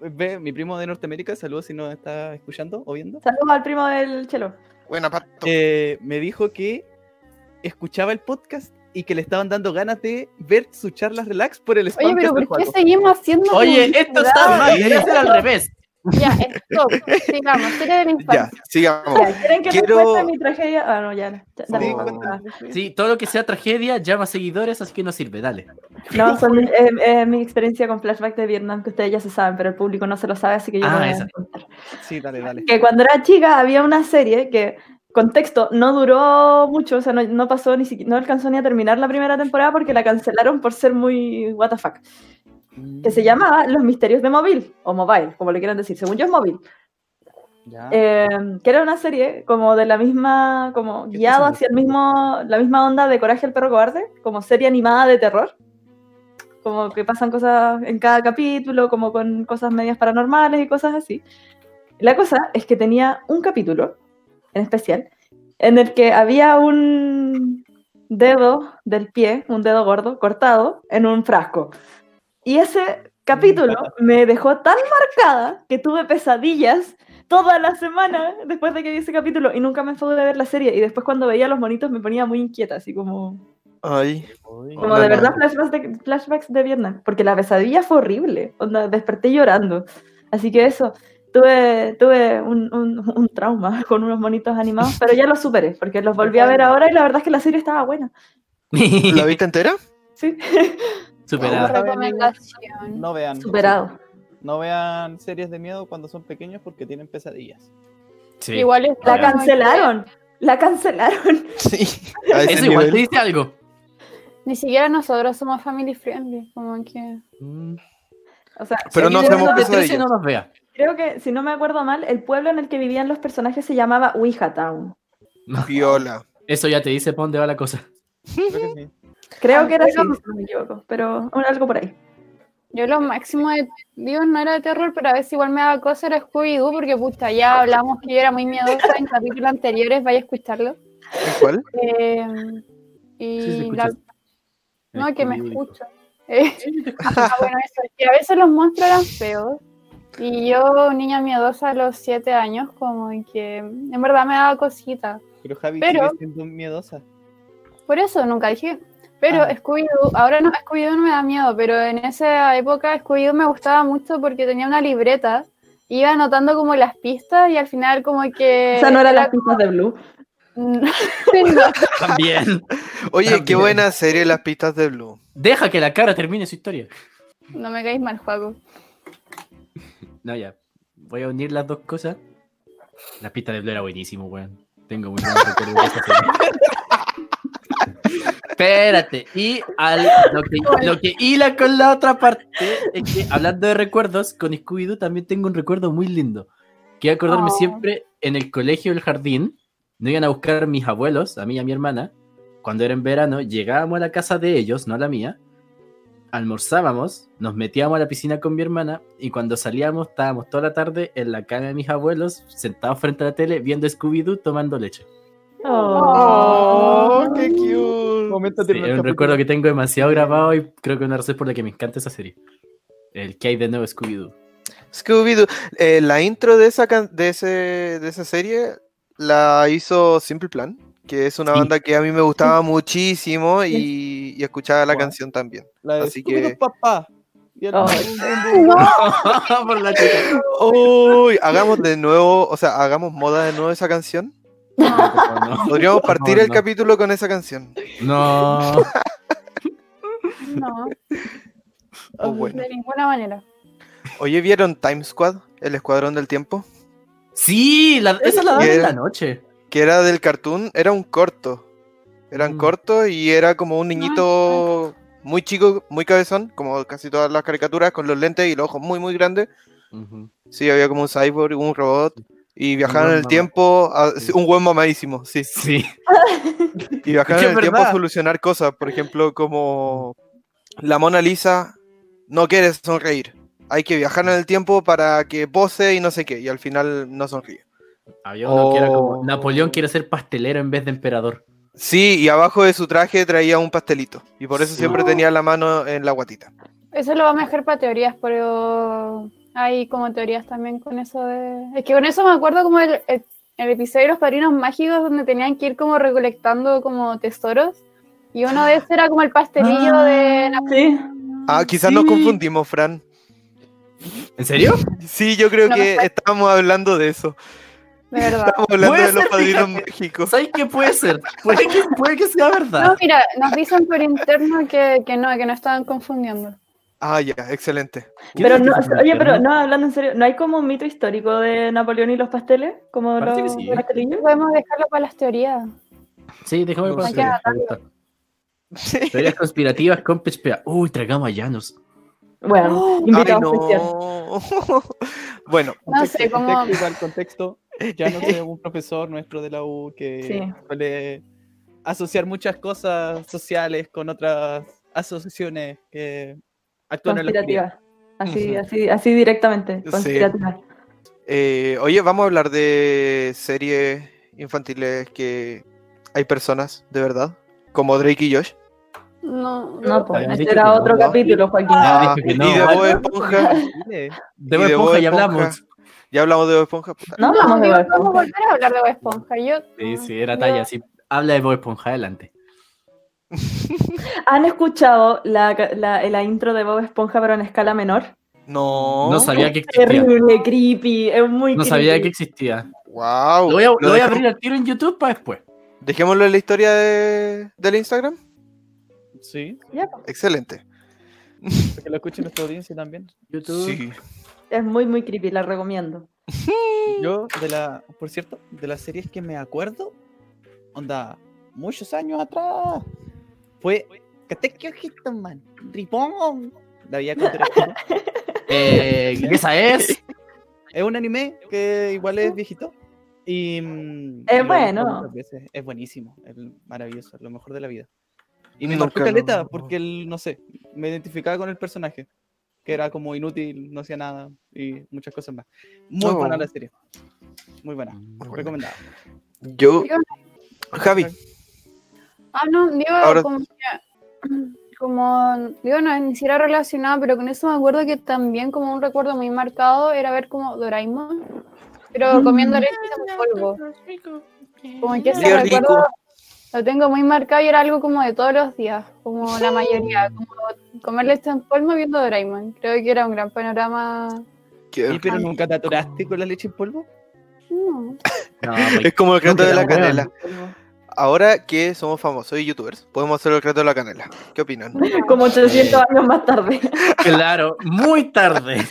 C: ve, mi primo de Norteamérica, saludos si nos está escuchando o viendo.
D: Saludos al primo del Chelo.
E: Buena pato.
C: Eh, me dijo que escuchaba el podcast y que le estaban dando ganas de ver sus charlas relax por el spam
B: Oye,
C: que
B: pero
C: hace el
B: ¿por qué
C: Joaco.
B: seguimos haciendo
F: Oye,
B: publicidad?
F: esto está mal, debería ser al revés.
B: Ya, stop. Sigamos, serie de la
E: Ya,
B: infancia.
E: sigamos.
D: Ya, ¿Quieren que
E: Quiero-
D: les cuente mi tragedia? Ah, no, ya. ya, ya
E: Sí,
D: no,
E: cuéntame.
F: Sí, todo lo que sea tragedia llama a seguidores, así que no sirve, dale.
D: No, son, eh, eh, mi experiencia con flashback de Vietnam, que ustedes ya se saben, pero el público no se lo sabe, así que yo
F: Ah,
D: lo voy a
F: esa.
D: contar.
C: Sí, dale, dale.
D: Que cuando era chica había una serie que, contexto, no duró mucho, o sea, no, no pasó ni siquiera, no alcanzó ni a terminar la primera temporada porque la cancelaron por ser muy what the fuck, que
C: Mm,
D: se llamaba Los Misterios de Móvil, o Mobile, como le quieran decir, según yo es Móvil,
C: Ya.
D: eh, que era una serie como de la misma, como
C: ¿Qué
D: guiado
C: estás
D: hacia el mismo, la misma onda de Coraje el Perro Cobarde, como serie animada de terror, como que pasan cosas en cada capítulo, como con cosas medias paranormales y cosas así. La cosa es que tenía un capítulo en especial, en el que había un dedo del pie, un dedo gordo, cortado en un frasco. Y ese capítulo me dejó tan marcada que tuve pesadillas toda la semana después de que vi ese capítulo y nunca me fue de ver la serie. Y después cuando veía los monitos me ponía muy inquieta, así como...
E: Ay,
D: Como
E: Hola,
D: de verdad
E: Nat.
D: flashbacks de, flashbacks de Vietnam, porque la pesadilla fue horrible, onda, desperté llorando. Así que eso, tuve, tuve un, un- un trauma con unos monitos animados, pero ya lo superé, porque los volví a ver ahora y la verdad es que la serie estaba buena.
E: ¿la viste entera?
D: Sí,
F: Superado.
C: Ahora-
B: recomendación.
C: No vean.
D: superado.
C: No vean series de miedo cuando son pequeños porque tienen pesadillas.
F: Sí.
B: Igual está
D: La
F: Claro.
B: como que
D: cancelaron, la cancelaron.
E: Sí. a ese
F: Eso igual
E: nivel.
F: te dice algo.
B: Ni siquiera nosotros somos family friendly, como que
E: Mm.
D: O sea,
E: Pero
D: sí,
E: no
D: de
E: hacemos
D: verdad,
F: De
E: pesadillas.
F: 13 no nos vea.
D: Creo que, si no me acuerdo mal, el pueblo en el que vivían los personajes se llamaba Ouija Town.
E: Viola.
F: Eso ya te dice para dónde va la cosa.
C: Creo que sí.
D: Creo que era así,
B: Tampoco-
D: si no me equivoco, pero un- algo por ahí.
B: yo lo máximo de Dios no era de terror, pero a veces igual me daba cosa era Scooby-Doo, porque puta, ya hablamos que yo era muy miedosa en capítulos anteriores, vaya a escucharlo.
E: ¿En cuál?
B: Eh,
F: Sí, se
B: y
F: escucha.
B: la- no, que me escucho. Eh,
E: escucho.
B: ah, bueno, eso, que a veces los monstruos eran feos. Y yo, niña miedosa a los siete años, como que en verdad me daba cosita.
C: Pero Javi
B: Pero-
C: sigue siendo miedosa.
B: Por eso nunca dije. Pero
C: Ah.
B: Scooby-Doo, ahora no, Scooby-Doo no me da miedo, pero en esa época Scooby-Doo me gustaba mucho porque tenía una libreta, iba anotando como las pistas y al final como que...
D: Esa no era las pistas de Blue.
B: No,
F: También.
E: Oye, qué
F: También.
E: buena serie Las Pistas de Blue.
F: Deja que la cara termine su historia.
B: no me caís mal, Juaco.
F: No, ya. Voy a unir las dos cosas. La pista de Blur era buenísimo, weón. Tengo muy buenos recuerdos de esa serie. Espérate. Y al- lo, que, lo que hila con la otra parte es que, hablando de recuerdos, con Scooby-Doo también tengo un recuerdo muy lindo. Que acordarme
B: Oh.
F: siempre en el colegio del jardín. No iban a buscar mis abuelos, a mí y a mi hermana. Cuando era en verano, llegábamos a la casa de ellos, no a la mía almorzábamos, nos metíamos a la piscina con mi hermana y cuando salíamos estábamos toda la tarde en la cama de mis abuelos, sentados frente a la tele, viendo Scooby-Doo, tomando leche.
D: Oh.
E: Oh, qué cute.
C: Momento
F: Sí, es un recuerdo que tengo demasiado grabado y creo que es una razón por la que me encanta esa serie. El que hay de nuevo Scooby-Doo.
E: Scooby-Doo. Eh, la intro de esa, can- de, ese, de esa serie la hizo Simple Plan, que es una
F: Sí.
E: banda que a mí me gustaba muchísimo y, y escuchaba la
C: Guau.
E: canción también.
C: La de
E: Así
C: "Scooby-Doo,
E: que-
C: papá. Y el-
D: Oh.
F: Por la chica.
E: Uy, hagamos de nuevo, o sea, hagamos moda de nuevo esa canción.
F: No, por favor, no.
E: Podríamos
F: Por favor,
E: partir el
F: no.
E: capítulo con esa canción.
F: No.
B: No,
E: Oh, bueno.
B: de ninguna manera.
E: Oye, ¿vieron Time Squad? El Escuadrón del Tiempo.
F: Sí, la- esa la dan en la noche.
E: que era del cartoon, era un corto. Eran
F: Mm.
E: cortos y era como un niñito muy chico, muy cabezón, como casi todas las caricaturas, con los lentes y los ojos muy, muy grandes.
F: Ujú.
E: Sí, había como un cyborg, un robot. Y viajaban
F: buen
E: en el
F: mamá.
E: tiempo, a-
F: Sí.
E: un buen mamadísimo, sí.
F: Sí.
E: Y viajaban
F: que
E: en
F: es
E: el tiempo a
F: verdad.
E: solucionar cosas, por ejemplo, como la Mona Lisa no quiere sonreír. Hay que viajar en el tiempo para que pose y no sé qué, y al final no sonríe.
F: Había uno Ah, que era
E: Oh.
F: como Napoleón quiere ser pastelero en vez de emperador.
E: Sí, y abajo de su traje traía un pastelito. Y por eso
F: Sí.
E: siempre tenía la mano en la guatita.
B: Eso lo vamos a dejar para teorías, pero hay como teorías también con eso de... Es que con eso me acuerdo como el, el, el episodio de los padrinos mágicos donde tenían que ir como recolectando como tesoros y uno de esos era como el pastelillo de... la-
D: Sí.
E: Ah, quizás nos
F: Sí.
E: confundimos, Fran.
F: ¿En serio?
E: Sí, yo creo
B: No,
E: que estábamos hablando de eso.
B: De verdad.
E: Estábamos hablando
F: Puede
E: de los
F: ser,
E: padrinos
F: fíjate.
E: mágicos.
F: Pues, ¿Sabes qué puede ser? Puede que, puede que sea
B: No,
F: verdad.
B: mira, nos dicen por interno que, que no, que no estaban confundiendo.
E: Ah, ya, excelente.
D: Pero no,
F: Parece que
D: oye,
F: sí,
D: pero
F: ¿no?
D: no, hablando en serio, ¿no hay como un mito histórico de Napoleón y los pasteles? Como
F: Parece que
D: los
F: sí.
D: pastelillos.
B: Podemos dejarlo para las teorías.
F: Sí, déjame
E: No
F: pasar.
E: sé.
F: me gusta. Teorías conspirativas con PSPA. Uy, tragamos a Llanos. Ah,
D: Bueno,
E: Ay,
D: invitado especial.
E: no. bueno,
B: No sé, como...
C: Contexto, igual contexto. Ya no sé, un profesor nuestro de la U que
D: Sí.
C: suele asociar muchas cosas sociales con otras asociaciones que actúan en la oscuridad.
D: Conspirativa. Así, así, así directamente.
E: Sí.
D: Conspirativa.
E: eh, oye, vamos a hablar de series infantiles que hay personas, de verdad, como Drake y Josh.
B: No,
D: No, pues,
F: Habían
D: este
F: dicho
D: era
F: que no,
D: otro
E: ¿no?
D: capítulo, Joaquín.
F: Ah, dijo que no.
E: y de Bob Esponja,
F: De
E: Y
F: Bob
E: de Bob
F: Esponja ya
E: Esponja.
F: hablamos.
E: ya hablamos de Bob Esponja. puta.
D: No,
B: No,
D: hablamos de
B: digo,
D: Bob
B: vamos a
D: Esponja.
B: volver a hablar de Bob Esponja. Yo,
F: Sí,
B: no,
F: sí, era
B: yo-
F: talla. Sí, habla de Bob Esponja, adelante.
D: ¿Han escuchado la, la- la intro de Bob Esponja, pero en escala menor?
E: No.
F: No sabía que existía.
D: Terrible, creepy, es muy
F: No
D: creepy.
F: sabía que existía.
E: Wow.
F: Lo voy a, lo voy a abrir al tiro en YouTube para después.
E: Dejémoslo en la historia de, del Instagram.
C: Sí,
D: Ya, pues,
E: Excelente.
C: para que lo escuche nuestra audiencia también.
F: YouTube.
E: Sí.
D: Es muy, muy creepy, la recomiendo.
C: Yo, de la, por cierto, de las series que me acuerdo, onda, muchos años atrás, fue Katekyo Hitman, Ripón. La había contra-
F: Eh, esa es.
C: Es un anime que igual es viejito. Y, mm, y lo
D: Es
C: he visto
D: bueno.
C: muchas veces. Es buenísimo, es maravilloso, lo mejor de la vida. Y me
E: Nunca
C: marcó
E: lo-
C: caleta porque, el, no sé, me identificaba con el personaje, que era como inútil, no hacía nada y muchas cosas más. Muy
E: Oh.
C: buena la serie. Muy buena, recomendada.
E: Yo. Javi.
B: Ah, no, digo,
E: Ahora-
B: como, que- como, digo, no es ni siquiera relacionado, pero con eso me acuerdo que también como un recuerdo muy marcado era ver como Doraemon, pero comiendo leche en polvo. Como que
E: Qué
B: ese recuerdo lo tengo muy marcado y era algo como de todos los días, como la mayoría, como comer leche en polvo viendo Doraemon. Creo que era un gran panorama.
E: que-
C: ¿Y pero nunca te atoraste con la leche en polvo?
B: No.
F: No, pues,
E: Es como el crato
F: Nunca
E: de la
F: la huevan.
E: canela. Ahora que somos famosos y youtubers, podemos hacer el crato de la canela. ¿Qué opinan?
D: Como 800 años más tarde.
F: claro, muy tarde.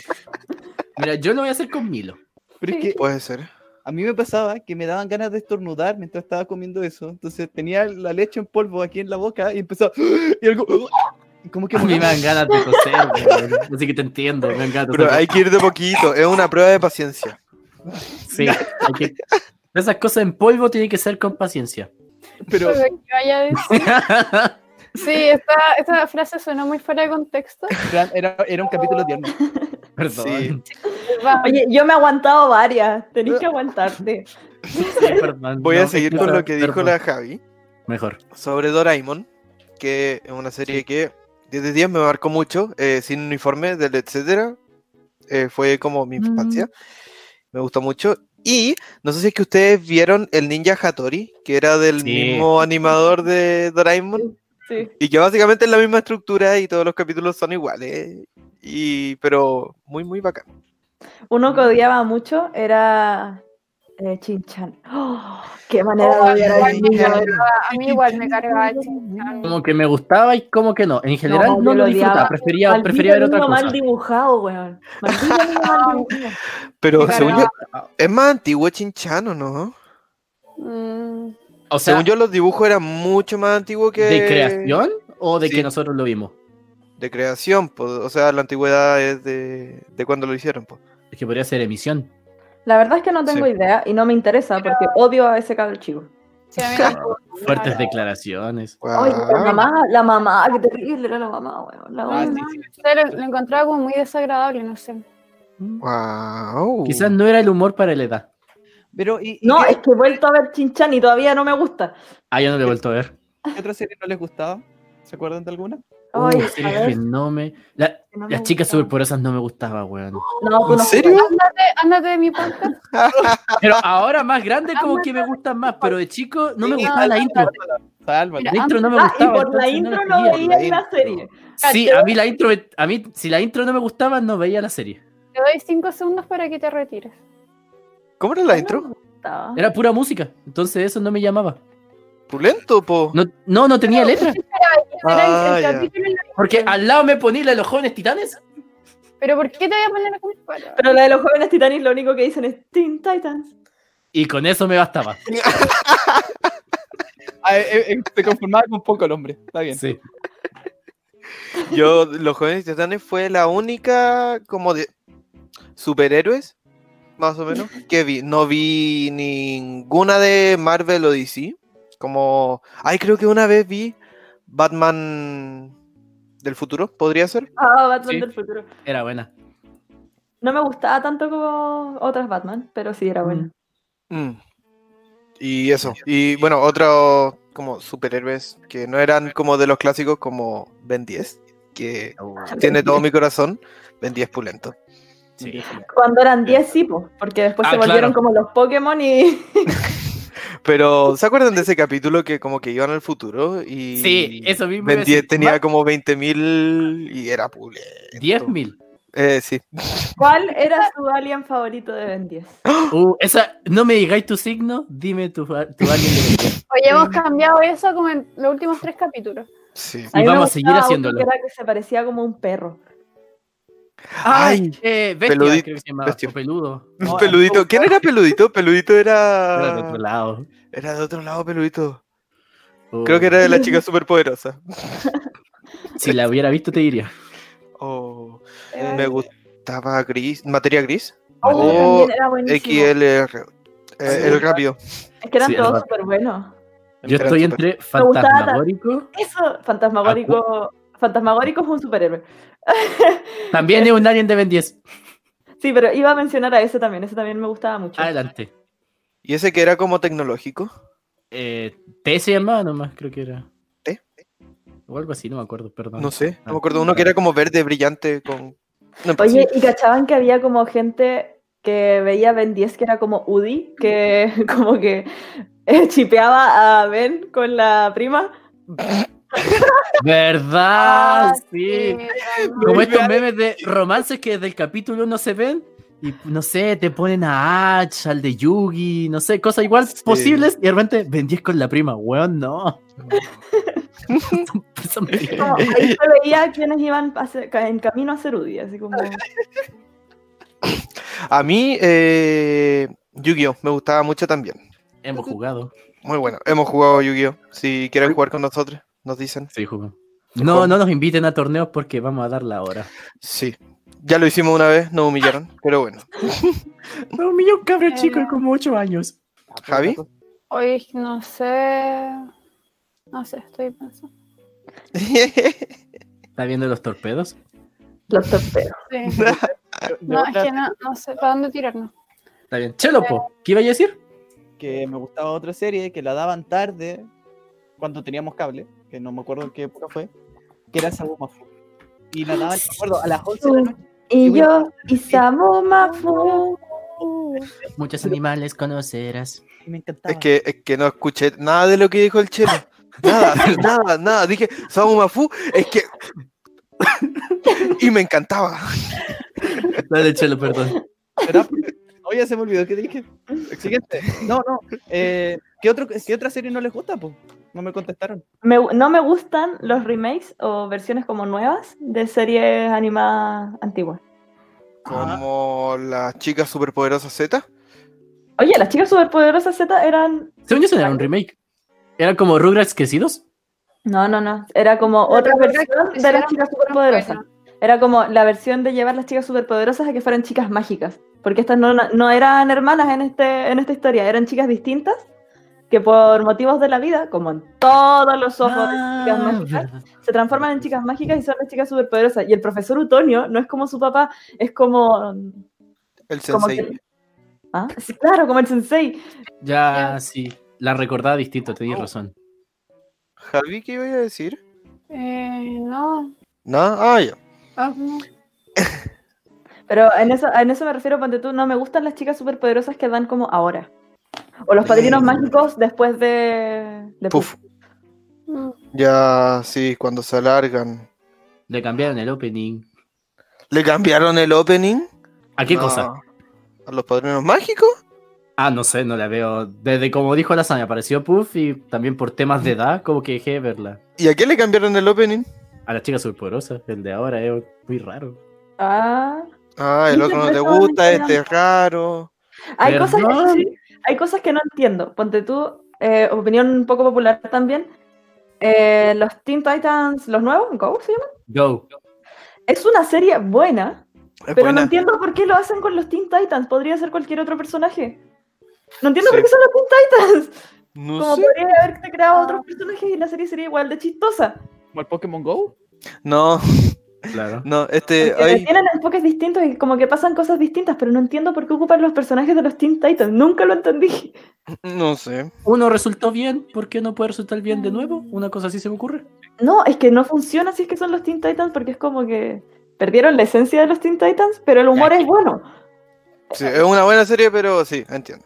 F: Mira, yo lo voy a hacer con Milo.
C: Pero es que
E: Puede ser.
C: a mí me pasaba que me daban ganas de estornudar mientras estaba comiendo eso. Entonces tenía la leche en polvo aquí en la boca y empezaba. Y algo. ¡ah! Como que
F: A mí me
C: moría.
F: dan ganas de toser, weón. así que te entiendo. Me dan ganas de
E: Pero
F: toser.
E: hay que ir de poquito. Es una prueba de paciencia.
F: Sí, hay que- Esas cosas en polvo tienen que ser con paciencia.
C: Pero
B: Lo que vaya a decir. Sí, esta, esta frase sonó muy fuera de contexto.
C: Fran, era, era un capítulo tierno.
F: Perdón.
E: Sí.
B: Va,
D: Oye, yo me he aguantado varias, tenéis que aguantarte.
F: Sí, perdón.
E: Voy
F: No,
E: a seguir con lo que dijo
F: perdón.
E: la Javi
F: Mejor.
E: sobre Doraemon, que es una serie que 10 de 10 me marcó mucho. eh, sin uniforme, del etcétera. Eh, fue como
F: Mm.
E: mi infancia. Me gustó mucho. Y no sé si es que ustedes vieron el Ninja Hattori, que era del
F: Sí.
E: mismo animador de Doraemon.
D: Sí.
E: Y que básicamente es la misma estructura y todos los capítulos son iguales. Y, pero muy, muy bacán.
D: Uno que odiaba mucho era eh, Chinchan. ¡Oh! ¡Qué manera
B: Oh,
D: de odiar a
B: ay,
D: Chinchan!
B: a mí igual me cargaba Chinchan.
F: Como que me gustaba y como que no. En general no,
D: yo
F: lo
D: lo
F: disfrutaba.
D: odiaba.
F: Prefería, prefería ver otra cosa.
D: mal dibujado, weón. Maldito niño mal dibujado.
E: Pero
B: Claro.
E: según yo, es más antiguo Chinchano, ¿no?
B: Mm,
F: O sea,
E: según yo, los dibujos eran mucho más antiguos que.
F: ¿de creación o de
E: Sí.
F: que nosotros lo vimos?
E: De creación, po. o sea, la antigüedad es de, de cuando lo hicieron. po.
F: Es que podría ser emisión.
D: La verdad es que no tengo
E: Sí.
D: idea y no me interesa porque odio a ese cabro chico.
B: sí, a mí tampoco.
F: Fuertes declaraciones.
D: Oye, la
E: Guau.
D: mamá, la mamá, qué terrible era la mamá, weón. La
C: Ah,
D: mamá.
C: sí, sí.
B: Sí, lo, lo encontraba como muy desagradable, no sé.
E: Guau.
F: Quizás no era el humor para la edad.
C: Pero, ¿y, y
D: No,
C: qué,
D: es que he vuelto a ver Chinchan y todavía no me gusta.
F: Ah, yo no lo he vuelto a ver.
C: qué otra serie no les gustaba? ¿Se acuerdan de alguna?
D: Ay,
F: Uh,
D: a
F: series
D: ver,
F: que no me... la-
D: que no me
F: las chicas
D: gusta.
F: superpoderosas no me gustaban, weón.
D: No, tú
E: ¿En
D: no
E: serio?
B: Ándate, ándate de mi podcast.
F: Pero ahora más grande como que me gustan más, pero de chico no me
B: Sí,
F: gustaba la intro.
C: Sálvala.
B: Mira,
F: La intro no me
D: Ah, y
F: gustaba.
D: por la
F: entonces no
D: intro
F: la
D: no
F: veía.
D: veía
E: La
D: la
E: intro.
D: serie.
F: Sí, a mí la intro, me- a mí si la intro no me gustaba no veía la serie.
B: Te doy cinco segundos para que te retires.
E: ¿Cómo era la intro?
D: Estaba.
F: Era pura música, entonces eso no me llamaba.
E: Pulento, po.
F: No, no, no tenía letra,
E: Ah,
B: Era el- el
E: ya.
B: capítulo en la-
F: porque al lado me ponía la de los jóvenes titanes.
B: Pero ¿por qué te voy a poner a comparar?
D: Pero la de los jóvenes titanes lo único que dicen es Teen Titans.
F: Y con eso me bastaba.
C: Ah, eh, eh, se conformaba con poco el hombre. Está bien.
F: Sí.
E: Yo, Los Jóvenes Titanes fue la única como de superhéroes, más o menos, que vi. No vi ninguna de Marvel o DC. Como, ay, creo que una vez vi Batman del futuro, podría ser.
D: Ah, Batman
F: Sí.
D: del futuro.
F: Era buena. Mm.
D: No me gustaba tanto como otras Batman, pero sí era buena.
E: Mm. Y eso. Y bueno, otros como superhéroes que no eran como de los clásicos como Ben 10, que
F: Ah,
E: tiene todo mi corazón. Ben 10 pulento.
A: Sí.
D: Cuando eran 10, sí, po, porque después
A: Ah,
D: se volvieron
A: claro.
D: como los Pokémon y.
E: Pero, ¿se acuerdan de ese capítulo que como que iban al futuro? Y
F: Sí, eso mismo iba a
E: Ben 10
F: decir.
E: tenía
F: Ma-
E: como 20.000 y era pulento.
F: 10.000.
E: Eh, sí.
D: ¿Cuál era su alien favorito de Ben 10?
F: Uh, esa, no me digáis tu signo, dime tu, a- tu alien de Ben 10.
B: Oye, hemos cambiado eso como en los últimos tres capítulos.
E: Sí.
F: Y
D: mí me
F: vamos a
D: gustaba
F: seguir
D: uno que
F: haciéndolo.
D: Era que se parecía como un perro.
E: Ay,
F: eh, bestia,
E: peludito,
F: creo que se llamaba,
E: bestia.
F: o peludo.
C: No,
E: Peludito. ¿Quién era Peludito? Peludito
F: Era de
E: era.
F: otro lado.
E: Era de otro lado, Peludito.
F: Uh,
E: Creo que era de la chica superpoderosa.
F: Si la hubiera visto, te diría.
E: Oh,
B: Eh,
E: me gustaba gris. Materia gris.
D: Oh,
E: Oh,
D: también era buenísimo.
E: XLR. Eh,
D: Sí.
E: el rápido.
D: Es que eran
F: Sí, es
D: todos
F: verdad.
D: súper buenos.
F: Yo
E: Era
F: estoy
E: súper.
F: entre
D: Me gustaba la-
F: fantasmagórico.
D: Eso, fantasmagórico. Fantasmagórico es un superhéroe.
F: También es un alien de Ben 10.
D: Sí, pero iba a mencionar a ese también. Ese también me gustaba mucho.
F: Adelante.
E: ¿Y ese que era como tecnológico?
F: Eh, T se llamaba nomás, creo que era.
E: ¿T?
F: O algo así, no me acuerdo, perdón.
E: No sé. No
F: Ah.
E: me acuerdo. Uno que era como verde, brillante, con. No, pues,
D: Oye, y cachaban que había como gente que veía Ben 10 que era como Udi, que como que eh, chipeaba a Ben con la prima.
F: ¿Verdad?
B: Ah,
F: sí.
B: sí,
F: Como estos memes de romances que desde el capítulo no se ven. Y no sé, te ponen a Ash, al de Yugi, no sé, cosas igual posibles. Y de repente vendías con la prima, weón, no. Son- son bien.
D: Como, ahí se veía quienes iban a ser- ca- en camino a ser Udi, así como...
E: A mí, eh, Yu-Gi-Oh! me gustaba mucho también.
F: Hemos jugado.
E: Muy bueno. Hemos jugado Yu-Gi-Oh! Si quieren jugar con nosotros, nos dicen.
F: Sí, jugamos. No, no nos inviten a torneos porque vamos a dar la hora.
E: Sí. Ya lo hicimos una vez, nos humillaron, pero bueno.
F: No, mi yo cabro
B: chico de
F: como 8 años.
E: ¿Javi?
B: Hoy no sé. No sé, estoy pensando.
F: ¿Está viendo los torpedos?
D: Los torpeos.
B: Sí. No, es que no, no sé para dónde tirarnos.
F: Está bien. Chelopo, ¿qué iba a decir?
C: que me gustaba otra serie que la daban tarde cuando teníamos cable, que no me acuerdo en qué época fue, que era Sabumafu. Y la daban, me acuerdo, a las 11 de la noche.
D: Y yo, y Samu Mafu.
F: Muchos animales conocerás.
C: Y me encantaba.
E: Es que, es que no escuché nada de lo que dijo el chelo. Nada, nada, nada. Dije, Samu Mafu, es que. y me encantaba.
F: Dale, Chelo, perdón.
C: Pero- Oye, se me olvidó qué dije. Siguiente. No, no. eh, ¿qué, otro, ¿Qué otra serie no les gusta? Po? No me contestaron.
D: Me gu- no me gustan los remakes o versiones como nuevas de series animadas antiguas.
E: Como la chica superpoderosa Z.
D: Oye, las chicas superpoderosas Z eran...
F: Según yo, eso no era un remake. ¿Eran como Rugrats crecidos?
D: No, no, no. Era como otra versión de las chicas superpoderosas. Era como la versión de llevar las chicas superpoderosas a que fueran chicas mágicas. Porque estas no, no eran hermanas en, este, en esta historia, eran chicas distintas que por motivos de la vida, como en todos los ojos de chicas
F: Ah,
D: mágicas,
F: verdad.
D: se transforman en chicas mágicas y son las chicas superpoderosas. Y el profesor Utonio no es como su papá, es como...
E: El
D: como
E: sensei.
D: que- ¿Ah? Sí, Claro, como el sensei.
F: Ya, sí. La recordaba distinto,
D: Oh.
F: tenías razón.
E: Javi, ¿qué iba a decir?
B: Eh, no.
E: Nada, ah, ya.
B: Ah, no.
D: Pero en eso, en eso me refiero, ponte tú, no me gustan las chicas superpoderosas que dan como ahora. O los padrinos
E: Eh.
D: mágicos después de... de
E: Puf.
D: Puff.
B: Mm.
E: Ya, sí, cuando se alargan.
F: Le cambiaron el opening.
E: ¿Le cambiaron el opening?
F: ¿A qué
E: No.
F: cosa?
E: ¿A los padrinos mágicos?
F: Ah, no sé, no la veo. Desde como dijo la Sam, apareció Puff y también por temas de edad, como que dejé de verla.
E: ¿Y a qué le cambiaron el opening?
F: A la chica superpoderosa, el de ahora es muy raro.
D: Ah.
E: Ah, el
D: Nunca
E: otro no te
D: empezó a
E: gusta,
D: mencionar.
E: este es raro.
D: Hay cosas,
F: Perdón.
D: que, sí, hay cosas que no entiendo. Ponte tú, eh, opinión un poco popular también. Eh, los Teen Titans, los nuevos, Go se llaman.
F: Go.
D: Es una serie buena,
E: Es
D: pero no
E: buena.
D: entiendo por qué lo hacen con los Teen Titans. Podría ser cualquier otro personaje. No entiendo
E: Sí.
D: por qué son los Teen Titans.
E: No
D: Como
E: sé. Ah.
D: podría haberte creado otros personajes y la serie sería igual de chistosa.
C: ¿Como el Pokémon Go?
E: No,
F: Claro.
E: No, este.
D: Porque
E: ay,
D: tienen enfoques distintos y como que pasan cosas distintas, pero no entiendo por qué ocupan los personajes de los Teen Titans. Nunca lo entendí.
E: no sé.
F: Uno resultó bien, ¿por qué no puede resultar bien de nuevo? Una cosa así se me ocurre.
D: No, es que no funciona si es que son los Teen Titans porque es como que perdieron la esencia de los Teen Titans, pero el humor es bueno.
E: Sí, es una buena serie, pero sí, entiendo.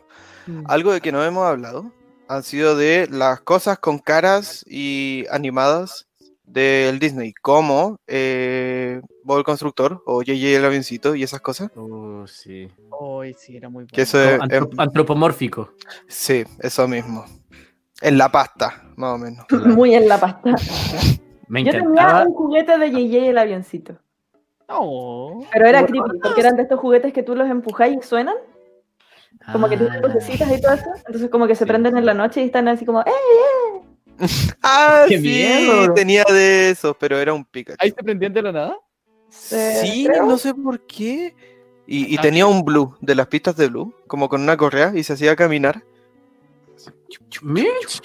E: Algo de que no hemos hablado han sido de las cosas con caras y animadas del Disney, como eh, Bob el Constructor o JJ el Avioncito y esas cosas.
F: Oh, sí.
C: Hoy sí, era muy bueno.
E: Que eso es,
F: Antro-
E: es-
F: antropomórfico.
E: sí, eso mismo. En la pasta, más o menos.
D: Muy en la pasta.
F: Me
D: Yo tenía
F: encantaba.
D: un juguete de JJ el avioncito.
C: No.
D: Pero era creepy, porque eran de estos juguetes que tú los empujáis y suenan, como que tienen
F: Ah,
D: lucecitas y todo eso. Entonces como que se
F: Sí.
D: prenden en la noche y están así como, ¡eh!
E: Ah,
F: ¡Qué
E: sí,
F: miedo!
E: tenía de esos, pero era un Pikachu.
C: Ahí se prendían de la nada.
E: Sí,
D: Eh, creo.
E: no sé por qué. Y, y
C: Ah,
E: tenía un blue de las pistas de blue, como con una correa y se hacía caminar.
F: Mitch.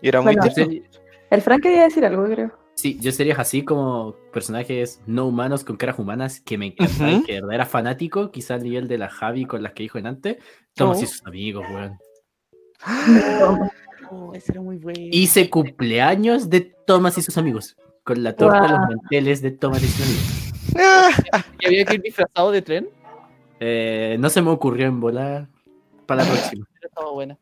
E: Y era muy
D: Bueno,
E: tierno.
F: Sí,
D: El Frank quería decir algo, creo.
F: Sí, yo sería así como personajes no humanos con caras humanas que me encantan,
E: Ujú.
F: que de verdad era fanático, quizá al nivel de la Javi con las que dijo en antes. Toma
D: Oh.
F: así sus amigos, weón.
C: Oh, ese era muy bueno.
F: Hice cumpleaños de Thomas y sus amigos. Con la torta,
D: Guau.
F: los manteles de Thomas y sus amigos.
E: Ah,
C: ¿Y había que ir disfrazado de tren?
F: Eh, no se me ocurrió en volar para la próxima.
C: Era estaba buena.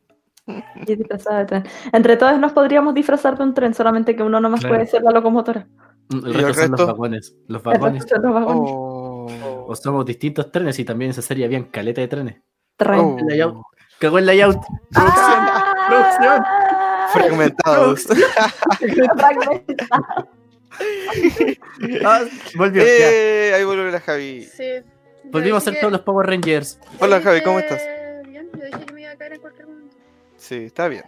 D: Y disfrazada de tren. Entre todos nos podríamos disfrazar de un tren, solamente que uno nomás
F: Claro.
D: puede ser la locomotora.
F: Mm, El
E: ¿Y el
F: resto son los
E: resto?
F: vagones. Los
D: El resto
F: vagones.
D: son los vagones.
E: oh,
F: O somos distintos trenes y también en esa serie habían caleta de trenes.
D: Tren.
E: oh.
F: El layout. Cagó el layout.
D: Ah.
F: producción.
E: Fragmentados.
D: Fragmentados.
F: Ah, volvió. ya.
E: Eh, ahí vuelve la Javi.
B: Sí.
F: Volvimos a ser todos los Power Rangers.
E: Hola Javi, ¿cómo estás?
B: Bien, yo dije que me iba a caer en cualquier momento.
E: Sí, está bien.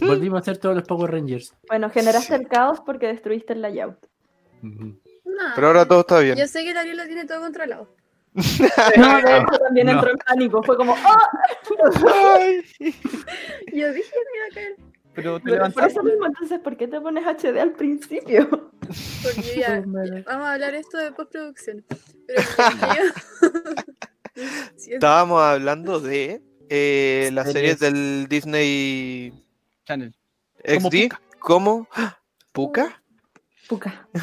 F: Volvimos a ser todos los Power Rangers.
D: Bueno, generaste el caos porque destruiste el layout.
F: Ujú.
E: Pero ahora todo está bien.
B: Yo sé que la lo tiene todo controlado.
D: No, de hecho también
F: Ah, No.
D: entró en pánico. Fue como, ¡oh!
B: Yo dije que me iba a caer.
C: Pero te
D: Por
C: levantaste.
D: eso mismo, entonces, ¿por qué te pones HD al principio?
B: Porque ya, vamos a hablar esto de postproducción. Pero Sí,
E: Estábamos hablando de eh, las
F: Series.
E: series del Disney
C: Channel. Como
E: XD. ¿Cómo? ¿Puka?
D: Puca.
B: poca.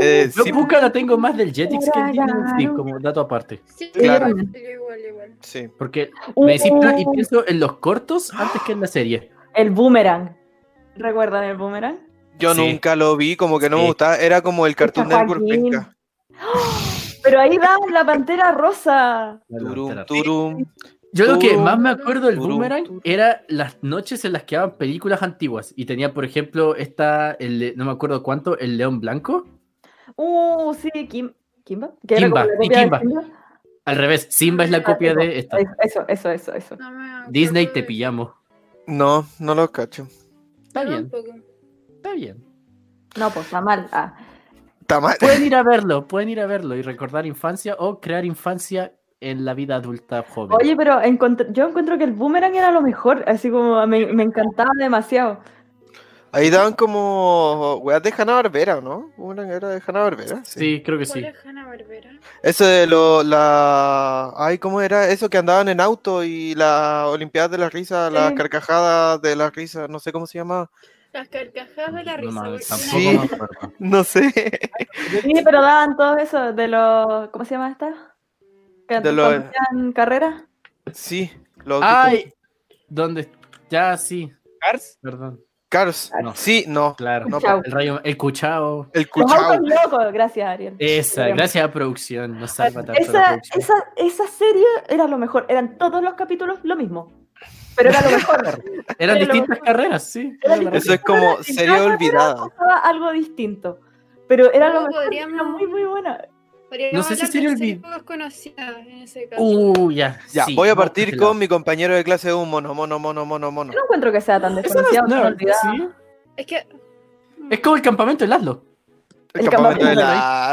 E: Eh,
F: Yo
E: sí,
F: nunca la tengo más del Jetix que el Disney, como dato aparte.
B: Sí,
E: claro.
B: igual, igual, igual.
E: sí.
F: Porque
D: Uh,
F: me decís plan y pienso en los cortos antes que en la serie.
D: El boomerang. ¿Recuerdan el boomerang?
E: Yo
F: Sí.
E: nunca lo vi, como que no me
F: Sí.
E: gustaba. Era como el Cartoon
D: Pucha,
E: Network
D: Joaquín.
E: penca.
D: Pero ahí da la pantera rosa.
E: Turum, turum.
F: Yo lo que
E: Turum,
F: más me acuerdo del
E: turum,
F: Boomerang
E: turum.
F: era las noches en las que daban películas antiguas y tenía, por ejemplo, esta, el le- no me acuerdo cuánto, el León Blanco.
D: Uh, sí, Kim, Kimba. que era
F: Kimba,
D: como la
F: y
D: copia de
F: Kimba. Al revés, Simba es la copia de esta.
D: Eso, eso, eso, eso.
B: No me acuerdo
F: Disney
B: de-
F: te pillamos.
E: No, no lo cacho.
F: Está
B: Yo
F: bien,
B: tampoco.
F: está bien.
D: No, pues está mal. Ah,
E: Está mal.
F: Pueden ir a verlo, pueden ir a verlo y recordar infancia o crear infancia en la vida adulta joven.
D: Oye, pero encontr- yo encuentro que el boomerang era lo mejor, así como me, me encantaba demasiado.
E: Ahí daban como weas de Hanna Barbera, ¿no? Una era de Hanna Barbera. Ah, Sí.
F: sí, creo que Pues sí.
B: ¿Cuál es Hanna Barbera?
E: Eso de lo, la. Ay, ¿cómo era? Eso que andaban en auto y la Olimpiada de la Risa, las
D: Sí.
E: carcajadas de la risa, no sé cómo se llamaba.
B: Las carcajadas de la
F: No,
B: risa.
F: no,
B: porque
F: tampoco
E: Sí.
F: me acuerdo.
E: No sé.
D: Sí, pero daban todo eso de los. ¿Cómo se llama esta? Que
E: De
D: cuando
E: los-
D: hacían carrera.
E: Sí, los
F: Ay, ¿dónde? Ya, sí,
C: Cars.
F: perdón.
E: Cars.
F: No.
E: Sí, no.
F: Claro,
E: No,
D: Chao.
F: el rayo, el cuchao.
E: El
D: Los
E: cuchao.
D: autos locos, gracias, Ariel.
F: Esa,
D: Bien.
F: gracias a producción, nos salva tanto la
D: Esa,
F: producción.
D: esa, esa serie era lo mejor, eran todos los capítulos lo mismo. Pero era lo mejor.
F: Eran
D: Pero-
F: distintas carreras, sí.
D: Era
F: Era la-
E: Eso es como
D: En
E: serie
D: cada
E: olvidada.
D: pasaba algo distinto. Pero era lo
B: No,
D: mejor,
B: podríamos-
D: era muy, muy buena.
B: podríamos
F: No sé si
B: hablar de
F: sería el
B: series
F: vi-
B: poco conocidas en ese caso.
F: Uh, ya.
E: Ya,
F: sí,
E: voy a
F: vamos
E: partir
F: ese
E: con
F: lado.
E: mi compañero de clase 1, mono, mono, mono, mono, mono.
D: Yo no encuentro que sea
F: Eso
D: tan
F: no es
D: desconocido, tan
F: nerd,
D: olvidado.
F: sí.
B: Es que.
F: Es como el campamento de Laszlo.
E: El
D: el
F: campamento
E: campamento de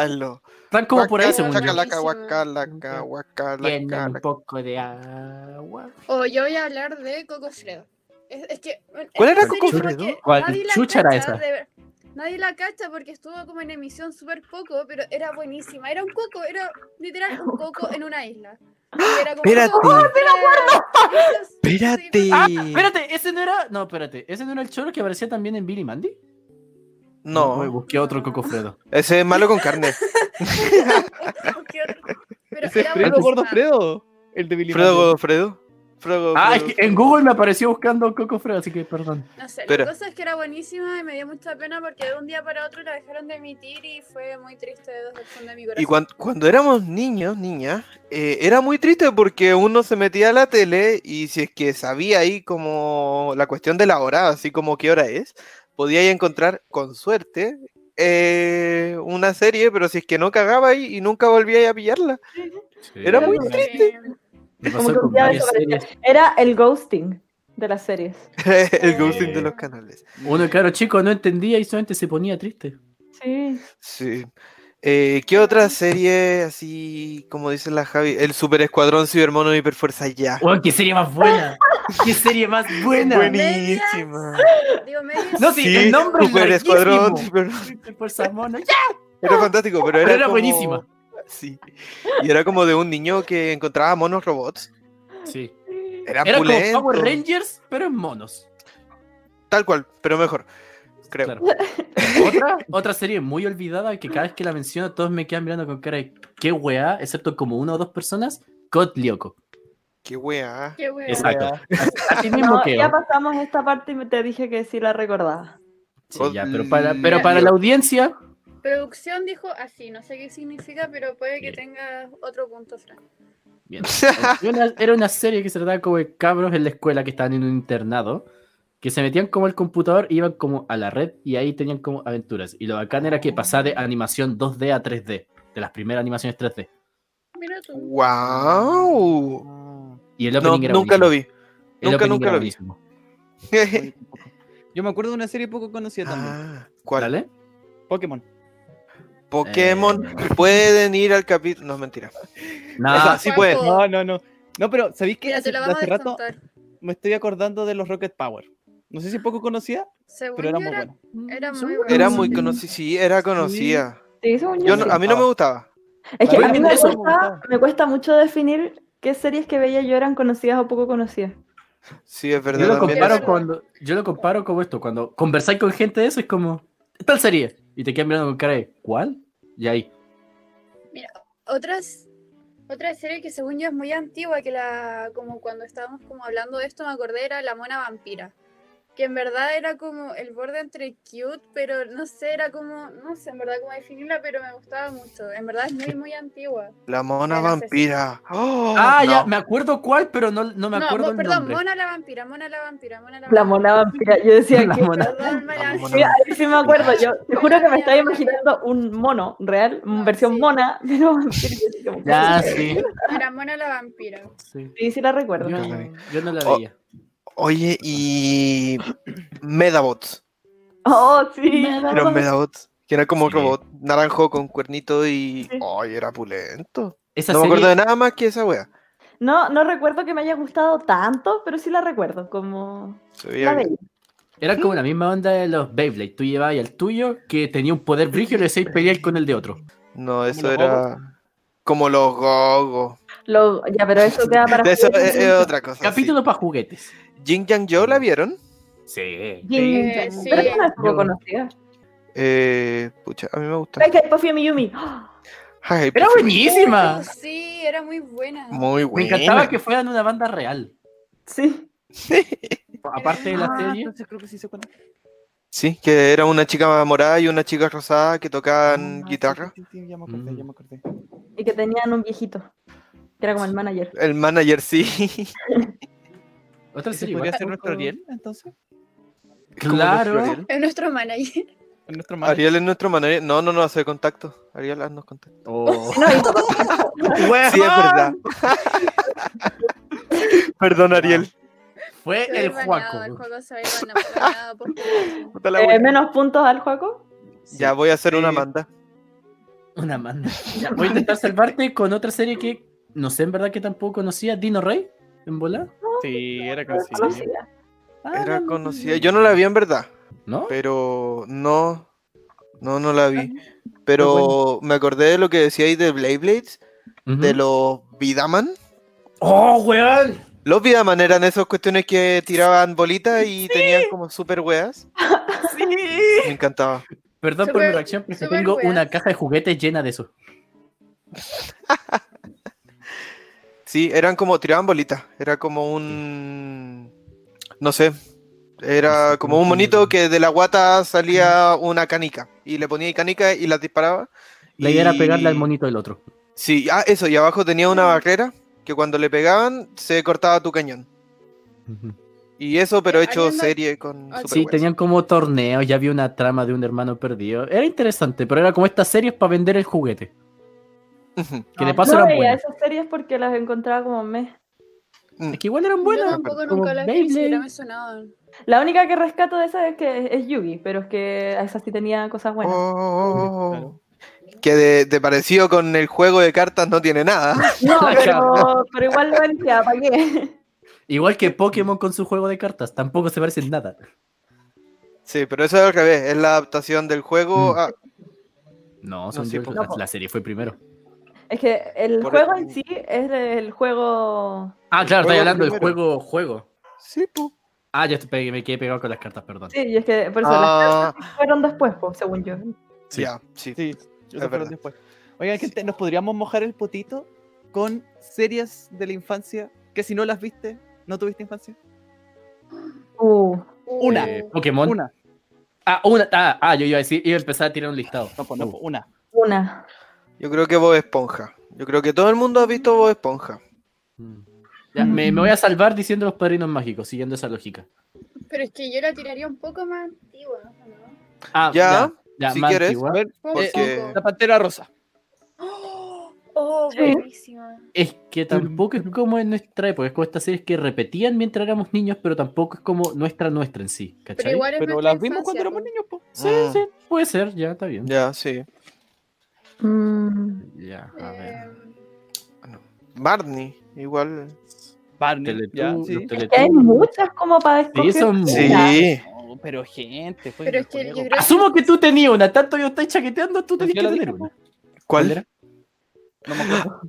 F: de
E: Lalo.
F: Están como por ahí,
E: Guaca,
F: según yo.
E: chacalaca, guacalaca, guacalaca,
F: Tienen un
E: guacalaca.
F: poco de agua.
B: O yo voy a hablar de Coco Fredo. Es, es que. bueno,
E: ¿Cuál
B: esta
E: era
B: serie
E: Coco
B: como
E: Fredo?
B: que
F: ¿Cuál
B: nadie la
F: chucha era
B: cacha,
F: esa?
B: de ver- Nadie la cacha porque estuvo como en emisión súper poco, pero era buenísima. Era un coco, era literal un coco en una isla. Era como
E: ¡Ah! Espérate. ¡Oh,
B: Sí,
E: Espérate.
F: Ah, espérate, ese no era. No, espérate, ese no era el choro que aparecía también en Billy Mandy. Uy,
E: No,
F: busqué otro Coco Fredo.
E: ese es malo con carne.
B: porque otro- pero
C: Ese es
B: era
C: Fredo
B: buenísima.
C: Gordofredo. El de Billy
E: Fredo
C: Mandy.
E: Godofredo. Fredo
F: Ah, es
E: Godofredo.
F: que en Google me apareció buscando Coco Fredo, así que perdón.
B: No sé,
E: Pero-
B: la cosa es que era buenísima y me dio mucha pena porque de un día para otro la dejaron de emitir y fue muy triste desde el fondo de mi corazón.
E: Y cuan- cuando éramos niños, niñas, eh, era muy triste porque uno se metía a la tele y si es que sabía ahí como la cuestión de la hora, así como qué hora es, podía ahí encontrar con suerte eh, una serie, pero si es que no cagaba ahí y nunca volvía ahí a pillarla. Era muy
B: Como que-
F: Me
D: Como
F: pasó
D: que
F: con
D: un día
F: varias
D: desapareció.
F: series.
D: Era el ghosting de las series.
E: El ghosting de
F: Eh.
E: los canales.
F: Uno, claro, chico, no entendía y solamente se ponía triste.
D: Sí.
E: Sí. Eh, ¿Qué otra serie así, como dice la Javi? El Super Escuadrón Cibermono Hiperfuerza ya.
F: Wow, qué serie más buena. Qué serie más buena.
E: Buenísima.
B: Digo, medio-
F: No, sí, el nombre es
E: Super
F: larguísimo.
E: Escuadrón Ciber-
F: Fuerza Mono.
E: Era fantástico, pero era,
F: Pero era
E: como-
F: buenísima.
E: Sí. Y era como de un niño que encontraba monos robots.
F: Sí.
E: Era,
F: Era como
E: pulento.
F: Power Rangers, pero en monos.
E: Tal cual, pero mejor. Creo.
F: Claro. Otra, otra serie muy olvidada que cada vez que la menciono todos me quedan mirando con cara de qué weá, excepto como una o dos personas, Cod Lyoko.
E: Qué weá.
B: Qué wea.
F: Exacto. Así mismo
D: No,
F: que...
D: ya pasamos esta parte y te dije que sí la recordaba.
F: Sí, ya, pero
E: Mm,
F: para, pero para la
E: Cod
F: audiencia,
B: Producción dijo así, no sé qué significa, pero puede que
F: Sí.
B: tenga otro punto, Fran.
F: bien. Era una- era una serie que se trataba como de cabros en la escuela que estaban en un internado, que se metían como al computador, iban como a la red y ahí tenían como aventuras. Y lo bacán era
E: Oh.
F: que pasaba de animación 2D a 3D, de las primeras animaciones 3D.
B: Mira tú.
E: Ah. Wow.
C: Ah.
F: Y el
E: No,
F: opening era
E: nunca lo
F: buenísimo.
E: vi. Ah,
F: El
E: Nunca,
F: opening
E: nunca
F: era
E: lo vi.
F: buenísimo.
C: Yo me acuerdo de una serie poco conocida también.
E: Ah, ¿Cuál?
F: ¿Vale?
C: Pokémon.
E: Pokémon.
F: Eh.
E: Pueden ir al capítulo. No, mentira.
F: No,
E: Esa Ah, sí pues. puede.
B: Juanjo,
C: No, no, no. No, pero ¿sabéis que
B: Mira,
C: hace,
B: te la vamos
C: hace
B: a
C: rato
B: descontar.
C: me estoy acordando de los Rocket Power? No sé si poco conocía,
B: Según
C: pero era
B: yo
C: muy bueno.
B: era muy
E: Era
B: Sí.
E: muy conocida. Sí, era conocida.
D: Mm, Sí, según
E: Yo
D: sí.
E: no- a mí no me gustaba.
D: Es que
C: Bueno,
D: a mí me
C: eso-
D: cuesta, me cuesta mucho definir qué series que veía yo eran conocidas o poco conocidas.
E: Sí, es verdad.
F: Yo lo,
E: también.
F: comparo
B: eso.
F: cuando, yo lo comparo como esto, cuando conversáis con gente de eso es como, tal serie. Y te quedan mirando con cara de, ¿cuál? Y ahí,
B: Otras, otra serie que según yo es muy antigua, que la, como cuando estábamos como hablando de esto, me acordé, era La Mona Vampira. Que en verdad era como el borde entre cute, pero no sé, era como, no sé en verdad cómo definirla, pero me gustaba mucho. En verdad es muy, muy antigua.
E: La mona
B: Era
E: vampira. Oh,
F: ah,
E: no.
F: ya, me acuerdo cuál, pero no, no me
B: no,
F: acuerdo
B: mo-
F: el
B: perdón,
F: nombre.
B: Mona la Vampira, Mona la Vampira, Mona la
D: La
B: Vampira.
D: mona vampira. Yo decía
F: La
D: que.
F: mona.
B: Perdón, Mona la
E: Mona.
B: Vampira.
D: Mira, ahí sí me acuerdo. Yo te juro que me estaba imaginando un mono real, un
B: Ah,
D: versión
B: sí.
D: mona, pero vampiro, yo así como-
F: Ya, sí.
B: Era Mona la Vampira.
F: sí.
D: Sí, sí la
F: Yo,
D: recuerdo.
E: la vi.
F: yo no la
E: Oh.
F: veía.
E: Oye, y. Medabots.
D: Oh, sí.
E: Era un Medabots. Que era como
F: Sí.
E: robot naranjo con cuernito y.
D: Sí.
E: Ay, era pulento.
F: Esa
E: No me
F: serie,
E: acuerdo de nada más que esa wea.
D: No, no recuerdo que me haya gustado tanto, pero sí la recuerdo. Como.
E: Se veía
D: La
E: bien.
D: veía.
F: era como la misma onda de los Beyblade. Tú llevabas el tuyo, que tenía un poder brígido y le hacías pelear con el de otro.
E: Ah, No, eso
C: los
E: era. Como los gogos.
D: Lo- ya, pero eso queda para.
E: De eso eh, es, es
D: jugar.
E: otra cosa.
F: Capítulo para juguetes.
E: sí. Jin Yang Yo, ¿la vieron?
F: Sí.
D: Sí,
B: Eh, sí.
D: Pero esa no es poco
F: Yo-
D: conocida.
E: Eh, pucha, a mí me gusta.
D: Ay, que ahí Puffy y Miyumi. ¡Ah!
E: Ay,
F: Era
E: pues,
F: buenísima.
B: Uh, sí, era muy buena.
E: Muy
F: Me
E: buena.
F: encantaba que fueran una banda real.
D: Sí.
F: Aparte de la
C: Ah,
F: serie.
C: entonces creo que sí se conoce.
E: Sí, que era una chica morada y una chica rosada que tocaban
C: Ah, sí,
E: guitarra.
C: sí, sí, sí, ya me acordé, ya me acordé.
D: Y que tenían un viejito. Que era como el manager.
E: El manager, sí.
F: Otra
C: ¿Ese
F: serie.
C: podría
F: igual.
C: ser nuestro Ariel, entonces?
E: Como nuestro
F: Claro.
E: Ariel.
B: Es nuestro manager.
C: Nuestro manager.
E: Ariel es nuestro manager. No, no, no, hace contacto. Ariel, haznos contacto.
F: Oh.
D: No, y todo.
E: Sí, es verdad. Perdón, Ariel.
F: Fue
B: Se había
F: el
B: baneado, El
F: Juaco.
B: juego se había baneado, baneado por jugar.
E: Puta la
D: Eh,
E: wea.
D: menos puntos al juego.
E: Ya voy a hacer una
C: Sí.
E: manda.
F: Una manda. Ya, Voy a intentar salvarte con otra serie que no sé en verdad que tampoco conocía, Dino Rey, en bola.
C: Sí, era
E: Ah,
D: No es
C: conocido.
D: conocida.
E: Era conocida. Yo no la vi en verdad,
F: ¿No?
E: pero no. No, no la vi. Pero me acordé de lo que decíais de Blade Blades, de los Vidaman.
F: ¡Oh, weón!
E: Los Vidaman eran esas cuestiones que tiraban bolitas y tenían como super weas. Me encantaba.
F: Perdón por mi
G: Súper-
F: reacción, pero es que
G: súper
F: tengo
G: weas.
F: una caja de juguetes llena de eso.
E: Sí, eran como, tiraban bolitas. Era como un. No sé. Era como un monito que de la guata salía una canica. Y le ponía canica y la disparaba.
F: La idea era
E: y-
F: pegarle al monito del otro.
E: Sí, ah, eso, y abajo tenía una barrera que cuando le pegaban se cortaba tu cañón. Y eso, pero
G: Eh,
E: hecho
G: alguien lo-
E: serie con.
G: Ah,
E: Super
F: Sí,
E: Wheels.
F: tenían como torneos, ya había una trama de un hermano perdido. Era interesante, pero era como estas series para vender el juguete.
E: Ujú.
F: Que de
G: Ah, No,
F: paso
D: No
F: eran
D: veía
F: buenas.
D: esas series porque las encontraba como mes.
E: Mm.
F: Es que igual eran buenas.
G: Yo tampoco
F: como
G: nunca las vi, ni siquiera
F: Beyblade.
G: me sonaban.
D: La única que rescato de esas es que es Yugi, pero es que a esa sí tenía cosas buenas.
E: Oh, oh, oh. Que de, de parecido con el juego de cartas no tiene nada.
D: No, pero, pero igual lo vendía, ¿para qué?
F: Igual que Pokémon con su juego de cartas, tampoco se parecen nada.
E: Sí, pero eso es al revés, es la adaptación del juego.
F: Mm.
E: a-
F: No, son
E: sí,
F: yo-
E: po.
F: la, la serie fue primero.
D: Es que el
E: Por
D: juego
E: el-
D: en sí es el juego.
F: Ah, claro,
E: juego
F: estoy hablando del
E: primero.
F: juego, juego.
E: Sí, po.
F: Ah, yo te pegué- me quedé pegado con las cartas, perdón.
D: Sí, y es que por eso
E: Ah,
D: las fueron después, po, según yo.
F: Sí.
E: ya, sí.
C: Sí, eso fueron
E: verdad.
C: después. Oigan, gente, ¿nos podríamos mojar el potito con series de la infancia que si no las viste, no tuviste infancia?
D: Uh,
C: Una.
F: Eh, Pokémon.
C: Una.
F: Ah, una. Ah, ah, yo iba a decir, iba a empezar a tirar un listado.
C: No, po, no, po, una.
D: una.
E: Yo creo que Bob Esponja. Yo creo que todo el mundo ha visto Bob Esponja.
F: Mm. Ya, me, me voy a salvar diciendo los padrinos mágicos, siguiendo esa lógica.
G: Pero es que yo la tiraría un poco más antigua, ¿no?
F: Ah,
E: Ya,
F: ya,
E: si
F: más
E: quieres,
F: antigua.
C: A ver,
G: Un
E: Porque-
G: poco.
C: la pantera rosa.
G: ¡Oh! ¡Oh,
D: Sí.
G: buenísima!
F: Es que tampoco es como en nuestra época, es como estas series que repetían mientras éramos niños, pero tampoco es como nuestra, nuestra en sí, ¿cachai?
G: Pero igual es
C: Pero
G: nuestra
C: las vimos cuando
G: infancia, pues.
C: éramos
G: po.
C: niños, po.
F: Sí,
E: Mm,
F: sí, puede ser, ya, está bien.
E: Ya, sí.
D: Mm,
F: Ya, a ver.
G: Eh,
E: Barney, igual.
C: Barney,
F: Teletú-
C: ya,
F: los
C: sí.
D: que hay
F: Teletubbies.
D: muchas como para
F: Sí,
D: escoger.
F: son
E: Sí.
F: muchas.
C: No, pero gente, fue
G: Pero
C: el
G: es que yo
C: juego.
G: creo-
F: Asumo que tú tenías una, tanto yo estoy chaqueteando, tú
C: Pues
F: tenías
C: yo
F: que
C: lo
F: tener
C: dije,
F: una.
E: ¿Cuál?
F: era?
C: No me acuerdo.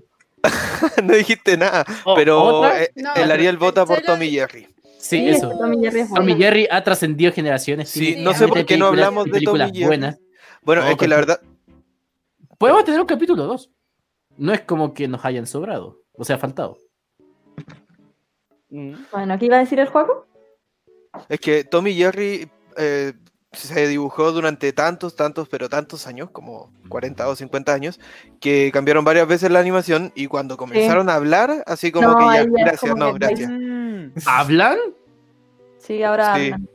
E: no dijiste nada.
F: Oh,
E: pero
F: ¿otra?
E: eh,
G: No,
E: el Ariel vota por
G: pensé la-
E: Tommy Jerry.
F: Sí,
D: Sí,
F: eso.
D: Tommy Jerry es
F: Tommy
D: buena.
F: Jerry ha trascendido generaciones.
E: Sí,
F: tiene
E: no sé por
F: caleta
E: qué no
F: películas-
E: hablamos de
F: películas
E: Tommy Jerry.
F: buenas.
E: Bueno,
F: No,
E: es que la
F: con-
E: verdad.
F: Podemos tener un capítulo 2. No es como que nos hayan sobrado, o sea, faltado.
C: Mm.
D: Bueno, ¿qué iba a decir el juego?
E: Es que Tommy Jerry eh, se dibujó durante tantos, tantos, pero tantos años, como 40 o 50 años, que cambiaron varias veces la animación y cuando comenzaron a hablar, así como
D: No,
E: que ya,
D: ahí ya es
E: gracias,
D: como
E: no,
D: que-
E: gracias.
C: Mm.
F: ¿Hablan?
D: Sí, ahora.
E: Sí.
D: hablan.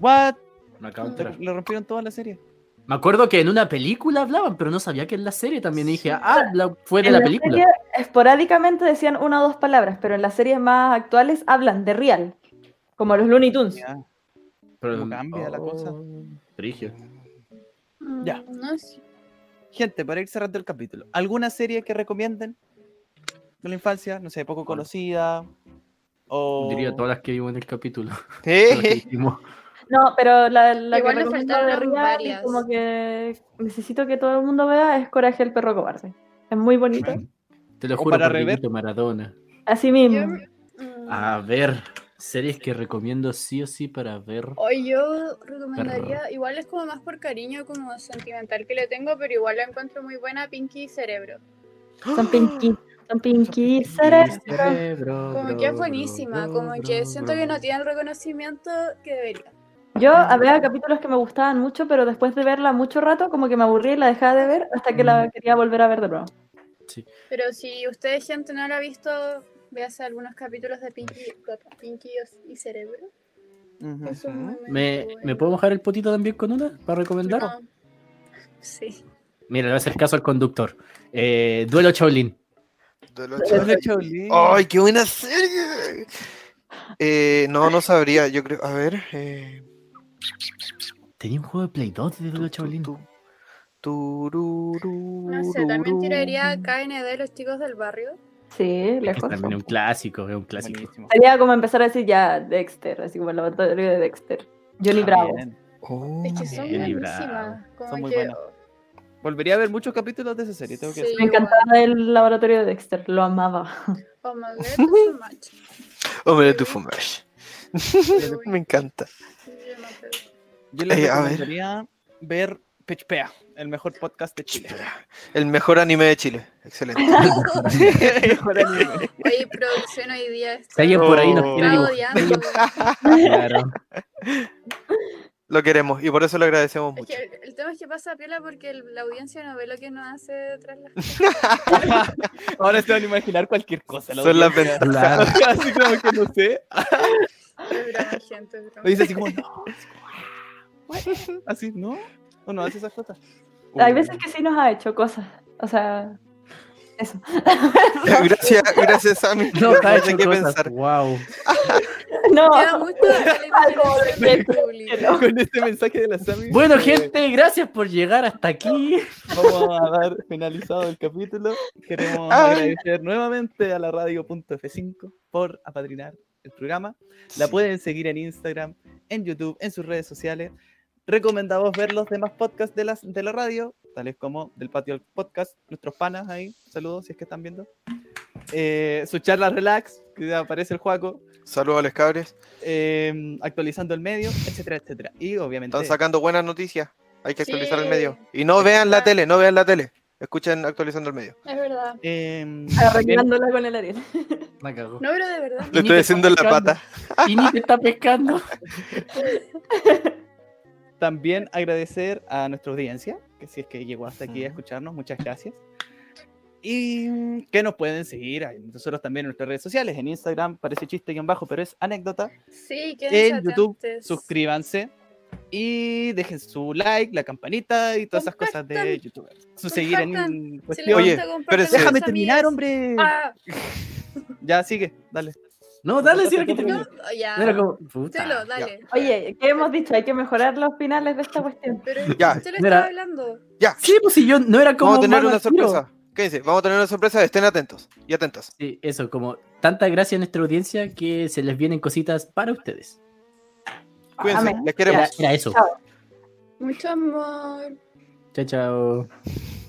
C: What?
F: Me acabo de
C: Le,
F: enterar.
C: le rompieron toda la serie.
F: Me acuerdo que en una película hablaban, pero no sabía que en la serie también Y dije, ah, la- fue de
D: En
F: la
D: la
F: película.
D: serie, Esporádicamente decían una o dos palabras, pero en las series más actuales hablan de real, como los Looney Tunes.
C: Ya.
F: Pero-
C: ¿Cómo cambia la cosa?
F: Oh, Brigio.
G: mm,
C: Ya.
G: No sé.
C: Gente, para ir cerrando el capítulo, ¿alguna serie que recomienden de la infancia? No sé, poco conocida.
G: Oh.
C: O...
F: Diría todas las que vimos en el capítulo. Todas las que
E: Eh,
F: dijimos.
D: No, pero la, la
G: Igual
D: que
G: le
D: recomiendo de
G: faltaron
D: Real y
G: varias.
D: como que necesito que todo el mundo vea es Coraje el perro cobarde. Es muy bonito.
F: Te lo
C: O
F: juro
C: para
F: por
C: rever.
F: Dieguito Maradona.
D: Así
G: Yo,
D: mismo.
G: mm,
F: A ver, series que recomiendo sí o sí para ver.
G: Hoy yo recomendaría, igual es como más por cariño como sentimental que le tengo, pero igual la encuentro muy buena Pinky y Cerebro.
D: Son pinky. Son pinky. cerebro.
F: Cerebro,
G: Como
F: bro,
G: que es
F: bro,
G: buenísima,
F: bro,
G: como que
F: bro,
G: siento que
F: bro.
G: no tiene el reconocimiento que debería.
D: Yo había capítulos que me gustaban mucho, pero después de verla mucho rato, como que me aburrí y la dejaba de ver hasta que
F: Mm.
D: la quería volver a ver de nuevo.
G: Pero si ustedes, gente, no la ha visto, véase algunos capítulos de Pinky, Pinky y Cerebro.
C: Ujú.
G: Es un
E: Ujú.
G: momento
F: ¿Me, ¿Me
G: bueno.
F: puedo mojar el potito también con una para recomendar?
G: No. Sí.
F: Mira, le voy a hacer caso al conductor. Eh, Duelo Shaolin.
E: de los
C: Los
E: chavales.
C: Chaolín.
E: ¡Ay, qué buena serie! Eh, no, no sabría, yo creo. A ver. eh,
F: Tenía un juego de Play 2 de Duelo Shaolin.
E: tu- tururú,
G: No sé, también
E: tururú.
G: tiraría KND, los chicos del barrio.
D: Sí,
F: Es que
D: lejos.
F: también es un clásico, es un clásico.
C: Buenísimo.
F: Ah,
D: Sería como empezar a decir ya Dexter, así como el laboratorio de Dexter. Johnny Bravo.
C: También.
E: Oh.
G: Es que son
F: Bien,
G: buenísimas.
F: bravo.
G: Como
C: Son muy
G: que-
C: buenas. Volvería a ver muchos capítulos de esa serie, tengo que
G: Sí.
D: Me encantaba el laboratorio de Dexter, lo amaba.
G: oh, my God, so much.
E: Hombre, tu fumash.
G: Qué
E: Me
G: bueno.
E: encanta.
G: Sí, yo me acuerdo.
C: Yo les
E: Eh, a ver.
C: recomendaría ver Pechpea, el mejor podcast de Chile.
E: El mejor anime de Chile. Excelente.
C: El mejor anime.
G: Oye, producción hoy día
F: Si
G: está,
F: alguien por ahí
E: Oh.
F: nos quiere
G: está
F: dibujar.
G: odiando.
F: Claro.
E: Lo queremos y por eso lo agradecemos
G: Es
E: mucho.
G: que el- el tema es que pasa piola porque el- la audiencia no ve lo que nos hace tras las
C: Ahora se van a imaginar cualquier cosa. la
E: Son las
C: audiencia.
F: Claro.
C: Así como que no sé.
G: es broma, gente, es broma.
C: Me dice así como, no. así como, "Ah, Así, ¿no? ¿O no hace esas cosas?
D: Hay veces que sí nos ha hecho cosas. O sea, eso.
E: Gracias, gracias, Sammy.
F: No,
E: No
F: está
E: sé
F: hecho
E: qué
F: cosas.
E: pensar.
F: Wow.
D: No,
G: Queda mucho a la
D: Algo
G: imaginación del público.
C: Con este mensaje de la Sammy.
F: Bueno,
C: eh,
F: gente, gracias por llegar hasta aquí.
C: Vamos a dar finalizado el capítulo. Queremos
E: Ay.
C: agradecer nuevamente a la radio.f5 por apadrinar el programa. La pueden seguir en Instagram, en YouTube, en sus redes sociales. Recomendamos ver los demás podcasts de, las, de la radio, tales como del patio del podcast, nuestros panas ahí, saludos si es que están viendo. Eh, su charla relax, que aparece el Juaco,
E: Saludos a los cabres.
C: eh, actualizando el medio, etcétera, etcétera. Y obviamente...
E: Están sacando buenas noticias. Hay que actualizar el
G: Sí.
E: medio. Y no vean la tele, no vean la tele. Escuchen actualizando el medio.
G: Es verdad.
C: em,
D: arreglándola con el Ariel.
F: Me cagó.
G: No, pero de verdad.
E: Le
F: Y ni
E: estoy
F: te
E: haciendo la
F: está pescando.
E: pata.
F: Y ni te está pescando.
C: También agradecer a nuestra audiencia, que si es que llegó hasta aquí a
E: Ujú.
C: escucharnos, muchas gracias. Y mm, que nos pueden seguir a nosotros también en nuestras redes sociales, en Instagram, parece chiste guión bajo, pero es anécdota.
G: Sí,
C: En YouTube,
G: atentos.
C: suscríbanse y dejen su like, la campanita y todas esas cosas de
G: Compartan.
C: YouTube. Su seguir en
G: Compartan. Si les
C: cuestión.
E: Oye,
G: gusta, compártanlo
E: espérese.
G: con
C: déjame
G: sus
C: terminar,
G: amigas.
C: hombre.
G: Ah,
C: Ya sigue, dale.
F: No, dale, si era que terminó.
G: no, ya.
F: No era como.
G: Chelo,
F: Puta.
G: dale.
D: Oye, ¿qué hemos dicho? Hay que mejorar los finales de esta cuestión.
G: Pero
E: Ya,
G: Chelo
F: mira.
G: estaba hablando.
E: Ya.
F: Sí, pues si yo no era como.
E: Vamos a tener
F: malo
E: una
F: al tiro.
E: sorpresa. Quédense, vamos a tener una sorpresa. Estén atentos y atentos.
F: Sí, eso, como tanta gracia a nuestra audiencia que se les vienen cositas para ustedes.
E: Cuídense,
D: Amén.
E: les
F: Era,
E: queremos.
F: era eso.
D: Chao.
G: Mucho amor.
F: Chao, chao.